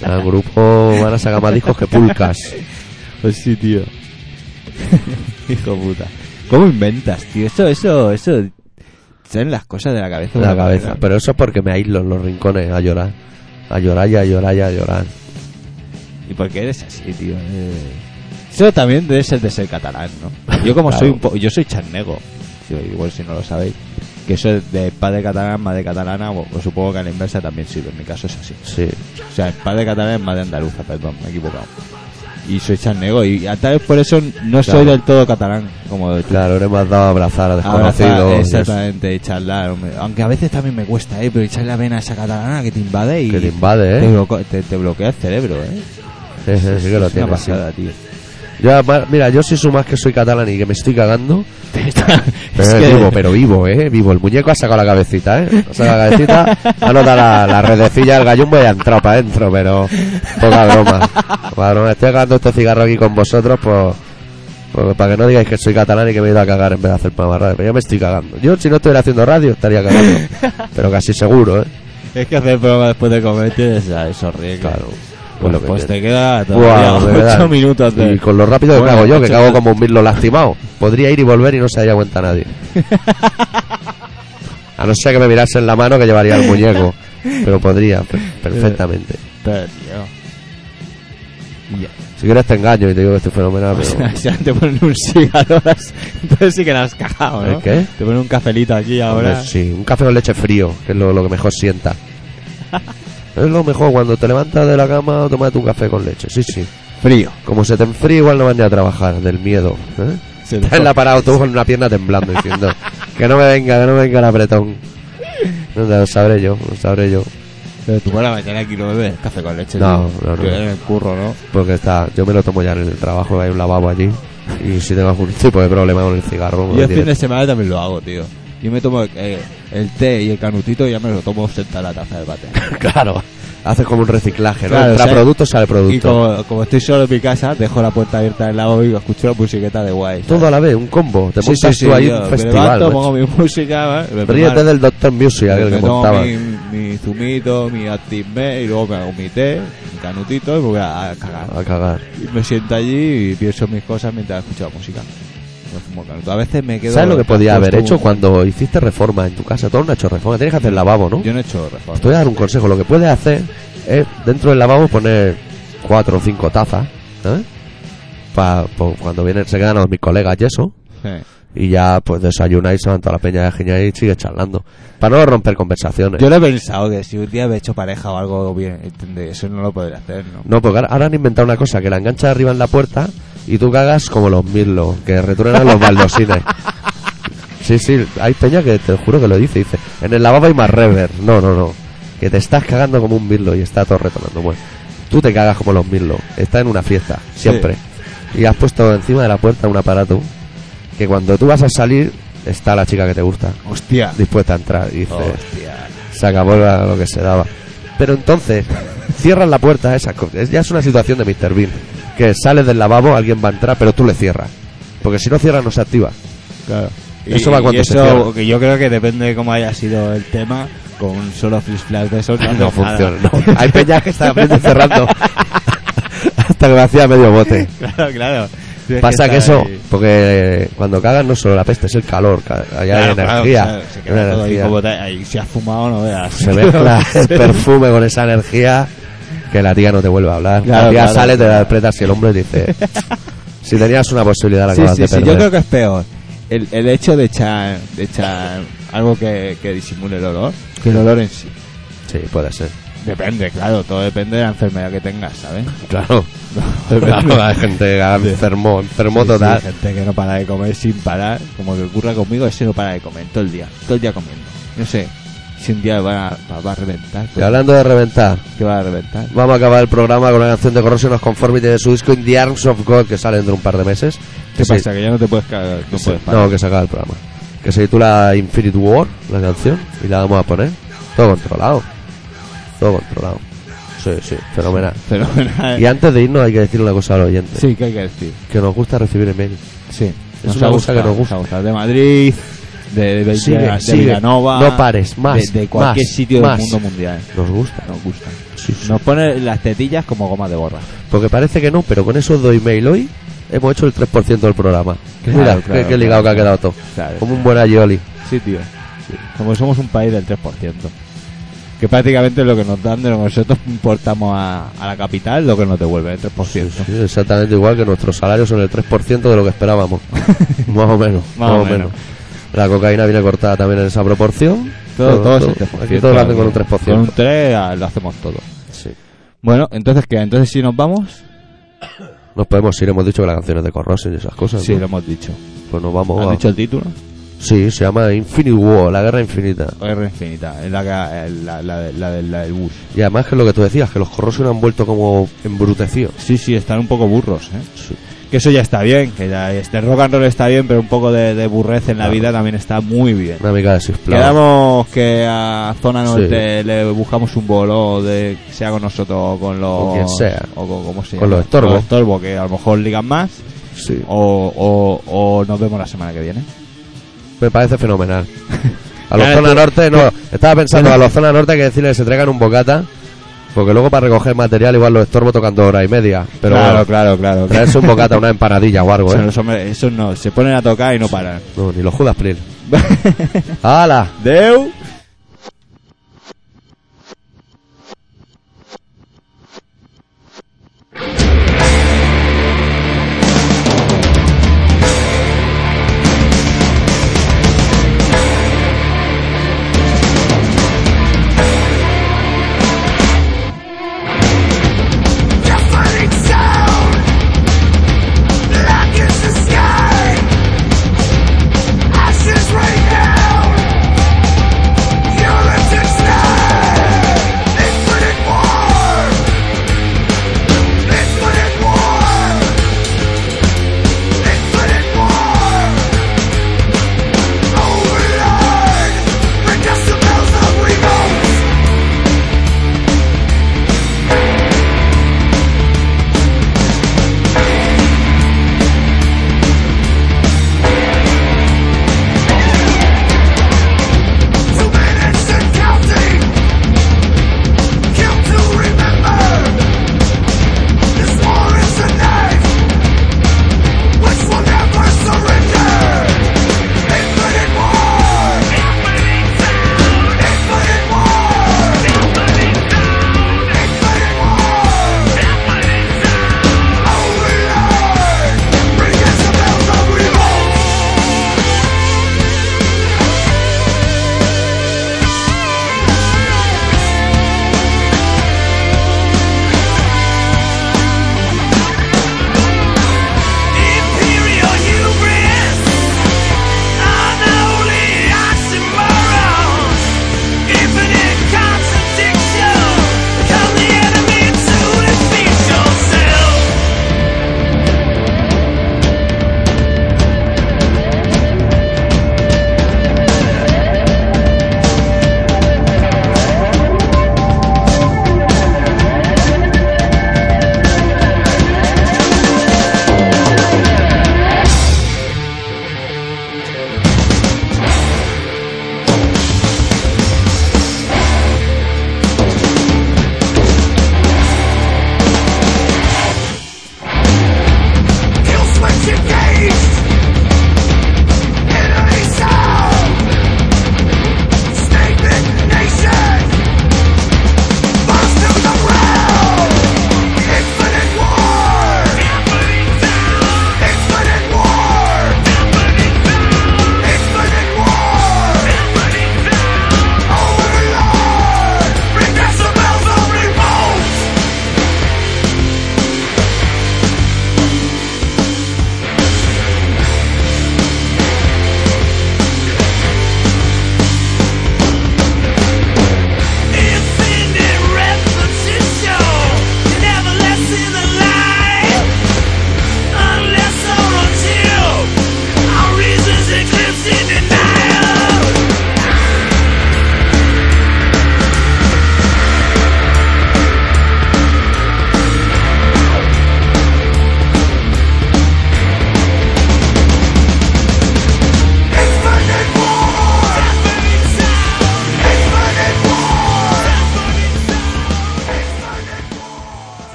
Speaker 1: Gran grupo. Van a sacar más discos que pulcas.
Speaker 2: Pues sí, tío. Hijo puta. ¿Cómo inventas, tío? Eso, eso, eso... Son las cosas de la cabeza.
Speaker 1: En la cabeza. Pero eso es porque me aíslo en los rincones a llorar. A llorar y a llorar y a llorar.
Speaker 2: ¿Y por qué eres así, tío? Eh, Eso también debe ser de ser catalán, ¿no? Yo como
Speaker 1: Claro.
Speaker 2: soy un po yo soy charnego, yo- igual si no lo sabéis, que eso es de padre catalán, madre catalana, o, o supongo que a la inversa también sirve, en mi caso es así.
Speaker 1: Sí.
Speaker 2: O sea, el padre catalán es madre andaluza, perdón, me he equivocado. Y soy charnego, y a tal vez por eso no soy
Speaker 1: Claro.
Speaker 2: del todo catalán, como de tú.
Speaker 1: Claro, le hemos dado a abrazar a
Speaker 2: Abrazar,
Speaker 1: desconocidos.
Speaker 2: exactamente, y charlar, hombre. aunque a veces también me cuesta, ¿eh? pero echar la vena a esa catalana que te invade y
Speaker 1: Que te invade,
Speaker 2: te
Speaker 1: ¿eh?
Speaker 2: bloco- te- te bloquea el cerebro, ¿eh?
Speaker 1: Sí, sí, sí que lo
Speaker 2: es una
Speaker 1: tienes. sí.
Speaker 2: pasada, tío.
Speaker 1: Yo, además, mira, yo soy su más que soy catalán y que me estoy cagando. Pero
Speaker 2: Es que-
Speaker 1: vivo, pero vivo, eh, vivo. El muñeco ha sacado la cabecita, eh. Ha sacado la cabecita, ha notado la, la redecilla del gallumbo y ha entrado para adentro, pero poca broma. Poca broma. Estoy cagando este cigarro aquí con vosotros, pues, pues, para que no digáis que soy catalán y que me he ido a cagar en vez de hacer programa de radio. Pero yo me estoy cagando. Yo, si no estuviera haciendo radio, estaría cagando. Pero casi seguro, eh.
Speaker 2: Es que hacer programa después de comer tienes a esos riesgos.
Speaker 1: Claro.
Speaker 2: Pues,
Speaker 1: lo que
Speaker 2: pues
Speaker 1: tiene.
Speaker 2: te queda todavía
Speaker 1: Guau, de verdad.
Speaker 2: 8 minutos de...
Speaker 1: Y con lo rápido que
Speaker 2: Bueno,
Speaker 1: cago yo, que
Speaker 2: ocho
Speaker 1: cago como un mirlo lastimado. Podría ir y volver y no se daría cuenta nadie. A no ser que me mirase en la mano que llevaría el muñeco. Pero podría, per- perfectamente.
Speaker 2: minutos, tío. Ya.
Speaker 1: Si quieres te engaño y te digo que estoy fenomenal,
Speaker 2: O
Speaker 1: pero...
Speaker 2: sea, ya te ponen un cigarro, las- entonces sí que la has cagado, ¿no?
Speaker 1: ¿El qué?
Speaker 2: Te ponen un cafelito aquí
Speaker 1: Hombre,
Speaker 2: ahora.
Speaker 1: Sí, un café con leche frío, que es lo, lo que mejor sienta. Es lo mejor, cuando te levantas de la cama, tomate un café con leche, sí, sí.
Speaker 2: Frío.
Speaker 1: Como se te enfríe, igual no vas ni a trabajar, del miedo. ¿eh?
Speaker 2: Se
Speaker 1: Está en la parada de autobús con una pierna temblando diciendo que no me venga, que no me venga el apretón. No, no, lo sabré yo, lo sabré yo.
Speaker 2: Pero tú por la mañana aquí no bebes café con leche.
Speaker 1: No,
Speaker 2: tío.
Speaker 1: no, no.
Speaker 2: Tú en el curro, ¿no?
Speaker 1: Porque está, yo me lo tomo ya en el trabajo, hay un lavabo allí. Y si tengo algún tipo de problema con el cigarro, pues
Speaker 2: Yo
Speaker 1: me
Speaker 2: el fin
Speaker 1: tiene-
Speaker 2: de semana también lo hago, tío. Yo me tomo eh, el té y el canutito y ya me lo tomo sentado en la taza del bate.
Speaker 1: claro, haces como un reciclaje, ¿no?
Speaker 2: Claro,
Speaker 1: Entra
Speaker 2: o sea,
Speaker 1: producto, sale
Speaker 2: Y
Speaker 1: producto.
Speaker 2: como, como estoy solo en mi casa, dejo la puerta abierta del lado y escucho la musiqueta de guay. ¿sabes?
Speaker 1: Todo a la vez, un combo. Te montas tú ahí
Speaker 2: yo
Speaker 1: un
Speaker 2: Me
Speaker 1: festival.
Speaker 2: levanto,
Speaker 1: macho.
Speaker 2: pongo mi música, ¿eh? me
Speaker 1: Ríete
Speaker 2: preparo,
Speaker 1: del Doctor Music, aquel
Speaker 2: me
Speaker 1: que
Speaker 2: tomo
Speaker 1: montaba.
Speaker 2: mi, mi zumito, mi actimé y luego me hago mi té, canutito y me voy a, a cagar.
Speaker 1: A cagar.
Speaker 2: Y me siento allí y pienso mis cosas mientras escucho la música. Me fumo el canuto. A veces me quedo.
Speaker 1: ¿Sabes lo que podía haber
Speaker 2: puesto
Speaker 1: hecho
Speaker 2: un-
Speaker 1: cuando hiciste reforma en tu casa? Todo no ha hecho reforma, tienes que hacer lavabo, ¿no?
Speaker 2: Yo no he hecho reforma.
Speaker 1: Te voy a dar un consejo. Lo que puedes hacer es dentro del lavabo poner cuatro o cinco tazas, ¿eh? Pa- po- cuando vienen, se quedan a mis colegas y eso.
Speaker 2: Sí.
Speaker 1: Y ya pues desayunáis, se van toda la peña de genial y sigues charlando. Para no romper conversaciones.
Speaker 2: Yo lo he pensado que si un día me he hecho pareja o algo bien, ¿entendés? eso no lo podría hacer, ¿no?
Speaker 1: No, porque ahora, ahora han inventado una cosa, que la enganchas arriba en la puerta y tú cagas como los mirlos, que retruenan los baldosines. Sí, sí, hay peña que te juro que lo dice, dice, en el lavabo hay más rever. No, no, no. Que te estás cagando como un mirlo y está todo retonando. Bueno, tú te cagas como los mirlos. Está en una fiesta, siempre. Y has puesto encima de la puerta un aparato que cuando tú vas a salir está la chica que te gusta,
Speaker 2: Hostia.
Speaker 1: dispuesta a entrar. Y dice,
Speaker 2: Oh. Hostia.
Speaker 1: se acabó la- lo que se daba. Pero entonces, cierras la puerta, esa, co- es- ya es una situación de Mr. Bean. Que sales del lavabo, alguien va a entrar, pero tú le cierras. Porque si no cierras, no se activa.
Speaker 2: Claro.
Speaker 1: Eso va cuando se cierra.
Speaker 2: que yo creo que depende de cómo haya sido el tema, con un solo flash flash de esos no,
Speaker 1: Ah, No
Speaker 2: haces nada.
Speaker 1: funciona, no. Hay peñas que están abriendo y cerrando hasta que me hacía medio bote.
Speaker 2: Claro, claro. Tienes
Speaker 1: Pasa que
Speaker 2: estar
Speaker 1: eso,
Speaker 2: ahí.
Speaker 1: porque cuando cagas no es solo la peste, es el calor, ca- ahí hay
Speaker 2: Claro, claro,
Speaker 1: energía.
Speaker 2: claro, se
Speaker 1: una
Speaker 2: queda todo ahí
Speaker 1: energía.
Speaker 2: como tal, ahí, si has fumado no veas.
Speaker 1: Se mezcla el perfume con esa energía que la tía no te vuelve a hablar. la
Speaker 2: Claro,
Speaker 1: tía
Speaker 2: claro,
Speaker 1: sale, te
Speaker 2: claro.
Speaker 1: la apretas y el hombre dice: Si tenías una posibilidad, la
Speaker 2: Sí,
Speaker 1: acabas
Speaker 2: sí,
Speaker 1: de
Speaker 2: sí,
Speaker 1: perder.
Speaker 2: yo creo que es peor. El, el hecho de echar, de echar algo que, que disimule el olor, que el olor en sí.
Speaker 1: Sí, puede ser.
Speaker 2: Depende, claro, todo depende de la enfermedad que tengas, ¿sabes?
Speaker 1: Claro. Claro, hay gente que enfermó, enfermó
Speaker 2: Sí,
Speaker 1: total.
Speaker 2: sí, gente que no para de comer sin parar, como que ocurra conmigo, ese no para de comer todo el día, todo el día comiendo. No sé si un día va a, va, va a reventar,
Speaker 1: Y hablando de reventar,
Speaker 2: que va a reventar.
Speaker 1: vamos a acabar el programa con una canción de Corrosion of Conformity de su disco In the Arms of God que sale dentro de un par de meses.
Speaker 2: ¿Qué
Speaker 1: Sí.
Speaker 2: pasa? Que ya no te puedes cagar, no
Speaker 1: Sí,
Speaker 2: puedes parar.
Speaker 1: no, que se acaba el programa. Que se titula Infinite War, la canción, y la vamos a poner. Todo controlado. Todo controlado. Sí, sí, fenomenal.
Speaker 2: Fenomenal.
Speaker 1: Y antes de irnos hay que decir una cosa al oyente.
Speaker 2: eh. Sí, ¿qué hay que decir?
Speaker 1: Que nos gusta recibir email.
Speaker 2: Sí.
Speaker 1: Es una
Speaker 2: ha
Speaker 1: cosa que
Speaker 2: gustado,
Speaker 1: nos gusta.
Speaker 2: ha gustado. De Madrid, de, de, de-
Speaker 1: Sigue,
Speaker 2: de
Speaker 1: sigue.
Speaker 2: Villanova.
Speaker 1: No pares, más,
Speaker 2: De, de cualquier
Speaker 1: más,
Speaker 2: sitio
Speaker 1: más.
Speaker 2: del mundo mundial.
Speaker 1: Nos gusta.
Speaker 2: Nos gusta.
Speaker 1: Sí, sí.
Speaker 2: Nos pone las tetillas como goma de borra.
Speaker 1: Porque parece que no, pero con esos dos email hoy hemos hecho el 3% del programa.
Speaker 2: Claro,
Speaker 1: Mira,
Speaker 2: claro,
Speaker 1: qué, qué ligado
Speaker 2: claro.
Speaker 1: que ha quedado todo.
Speaker 2: Claro.
Speaker 1: Como un buen aioli.
Speaker 2: Sí, tío. Como somos un país del 3%. Que prácticamente lo que nos dan de lo que nosotros importamos a, a la capital, lo que nos devuelve el 3%.
Speaker 1: Sí, exactamente igual que nuestros salarios son el 3% de lo que esperábamos. más o menos.
Speaker 2: Más o menos.
Speaker 1: La cocaína viene cortada también en esa proporción.
Speaker 2: Todo, todo, es el 3%.
Speaker 1: aquí todo lo hacen con un 3%.
Speaker 2: Con un 3 ah, lo hacemos todo.
Speaker 1: Sí.
Speaker 2: Bueno, entonces, ¿qué? Entonces, si nos vamos.
Speaker 1: Nos podemos ir, hemos dicho que la canción es de Corrosion y esas cosas.
Speaker 2: Sí,
Speaker 1: ¿no?
Speaker 2: lo hemos dicho.
Speaker 1: Pues nos vamos.
Speaker 2: ¿Has
Speaker 1: a-
Speaker 2: dicho el título?
Speaker 1: Sí, se llama Infinite War, la guerra infinita.
Speaker 2: Guerra infinita. Es la, que- eh, la, la, de- la, de- la del Bush.
Speaker 1: Y además que lo que tú decías, que los Corrosion han vuelto como embrutecidos.
Speaker 2: Sí, sí, están un poco burros, ¿eh?
Speaker 1: Sí.
Speaker 2: Que eso ya está bien, que ya este rock and roll está bien, pero un poco de, de burrez en la
Speaker 1: Claro.
Speaker 2: vida también está muy bien.
Speaker 1: Una mica de Six Flags.
Speaker 2: Quedamos que a Zona Norte le buscamos un bolo de sea con nosotros o con los
Speaker 1: Con quien sea.
Speaker 2: o con, ¿cómo se
Speaker 1: Con
Speaker 2: llama?
Speaker 1: los estorbos.
Speaker 2: que a lo mejor ligan más
Speaker 1: Sí.
Speaker 2: o, o- o nos vemos la semana que viene.
Speaker 1: Me parece fenomenal. A los
Speaker 2: Claro,
Speaker 1: zona
Speaker 2: tú-
Speaker 1: norte, no. Estaba pensando a los zona norte hay que decirle que se traigan un bocata. Porque luego para recoger material igual los estorbo tocando hora y media. Pero
Speaker 2: claro,
Speaker 1: bueno,
Speaker 2: claro, claro, claro.
Speaker 1: traerse un bocata, una empanadilla o algo,
Speaker 2: O sea,
Speaker 1: ¿eh?
Speaker 2: los hombres, esos no, se ponen a tocar y no paran.
Speaker 1: No, ni los Judas Priest. ¡Hala!
Speaker 2: Deu.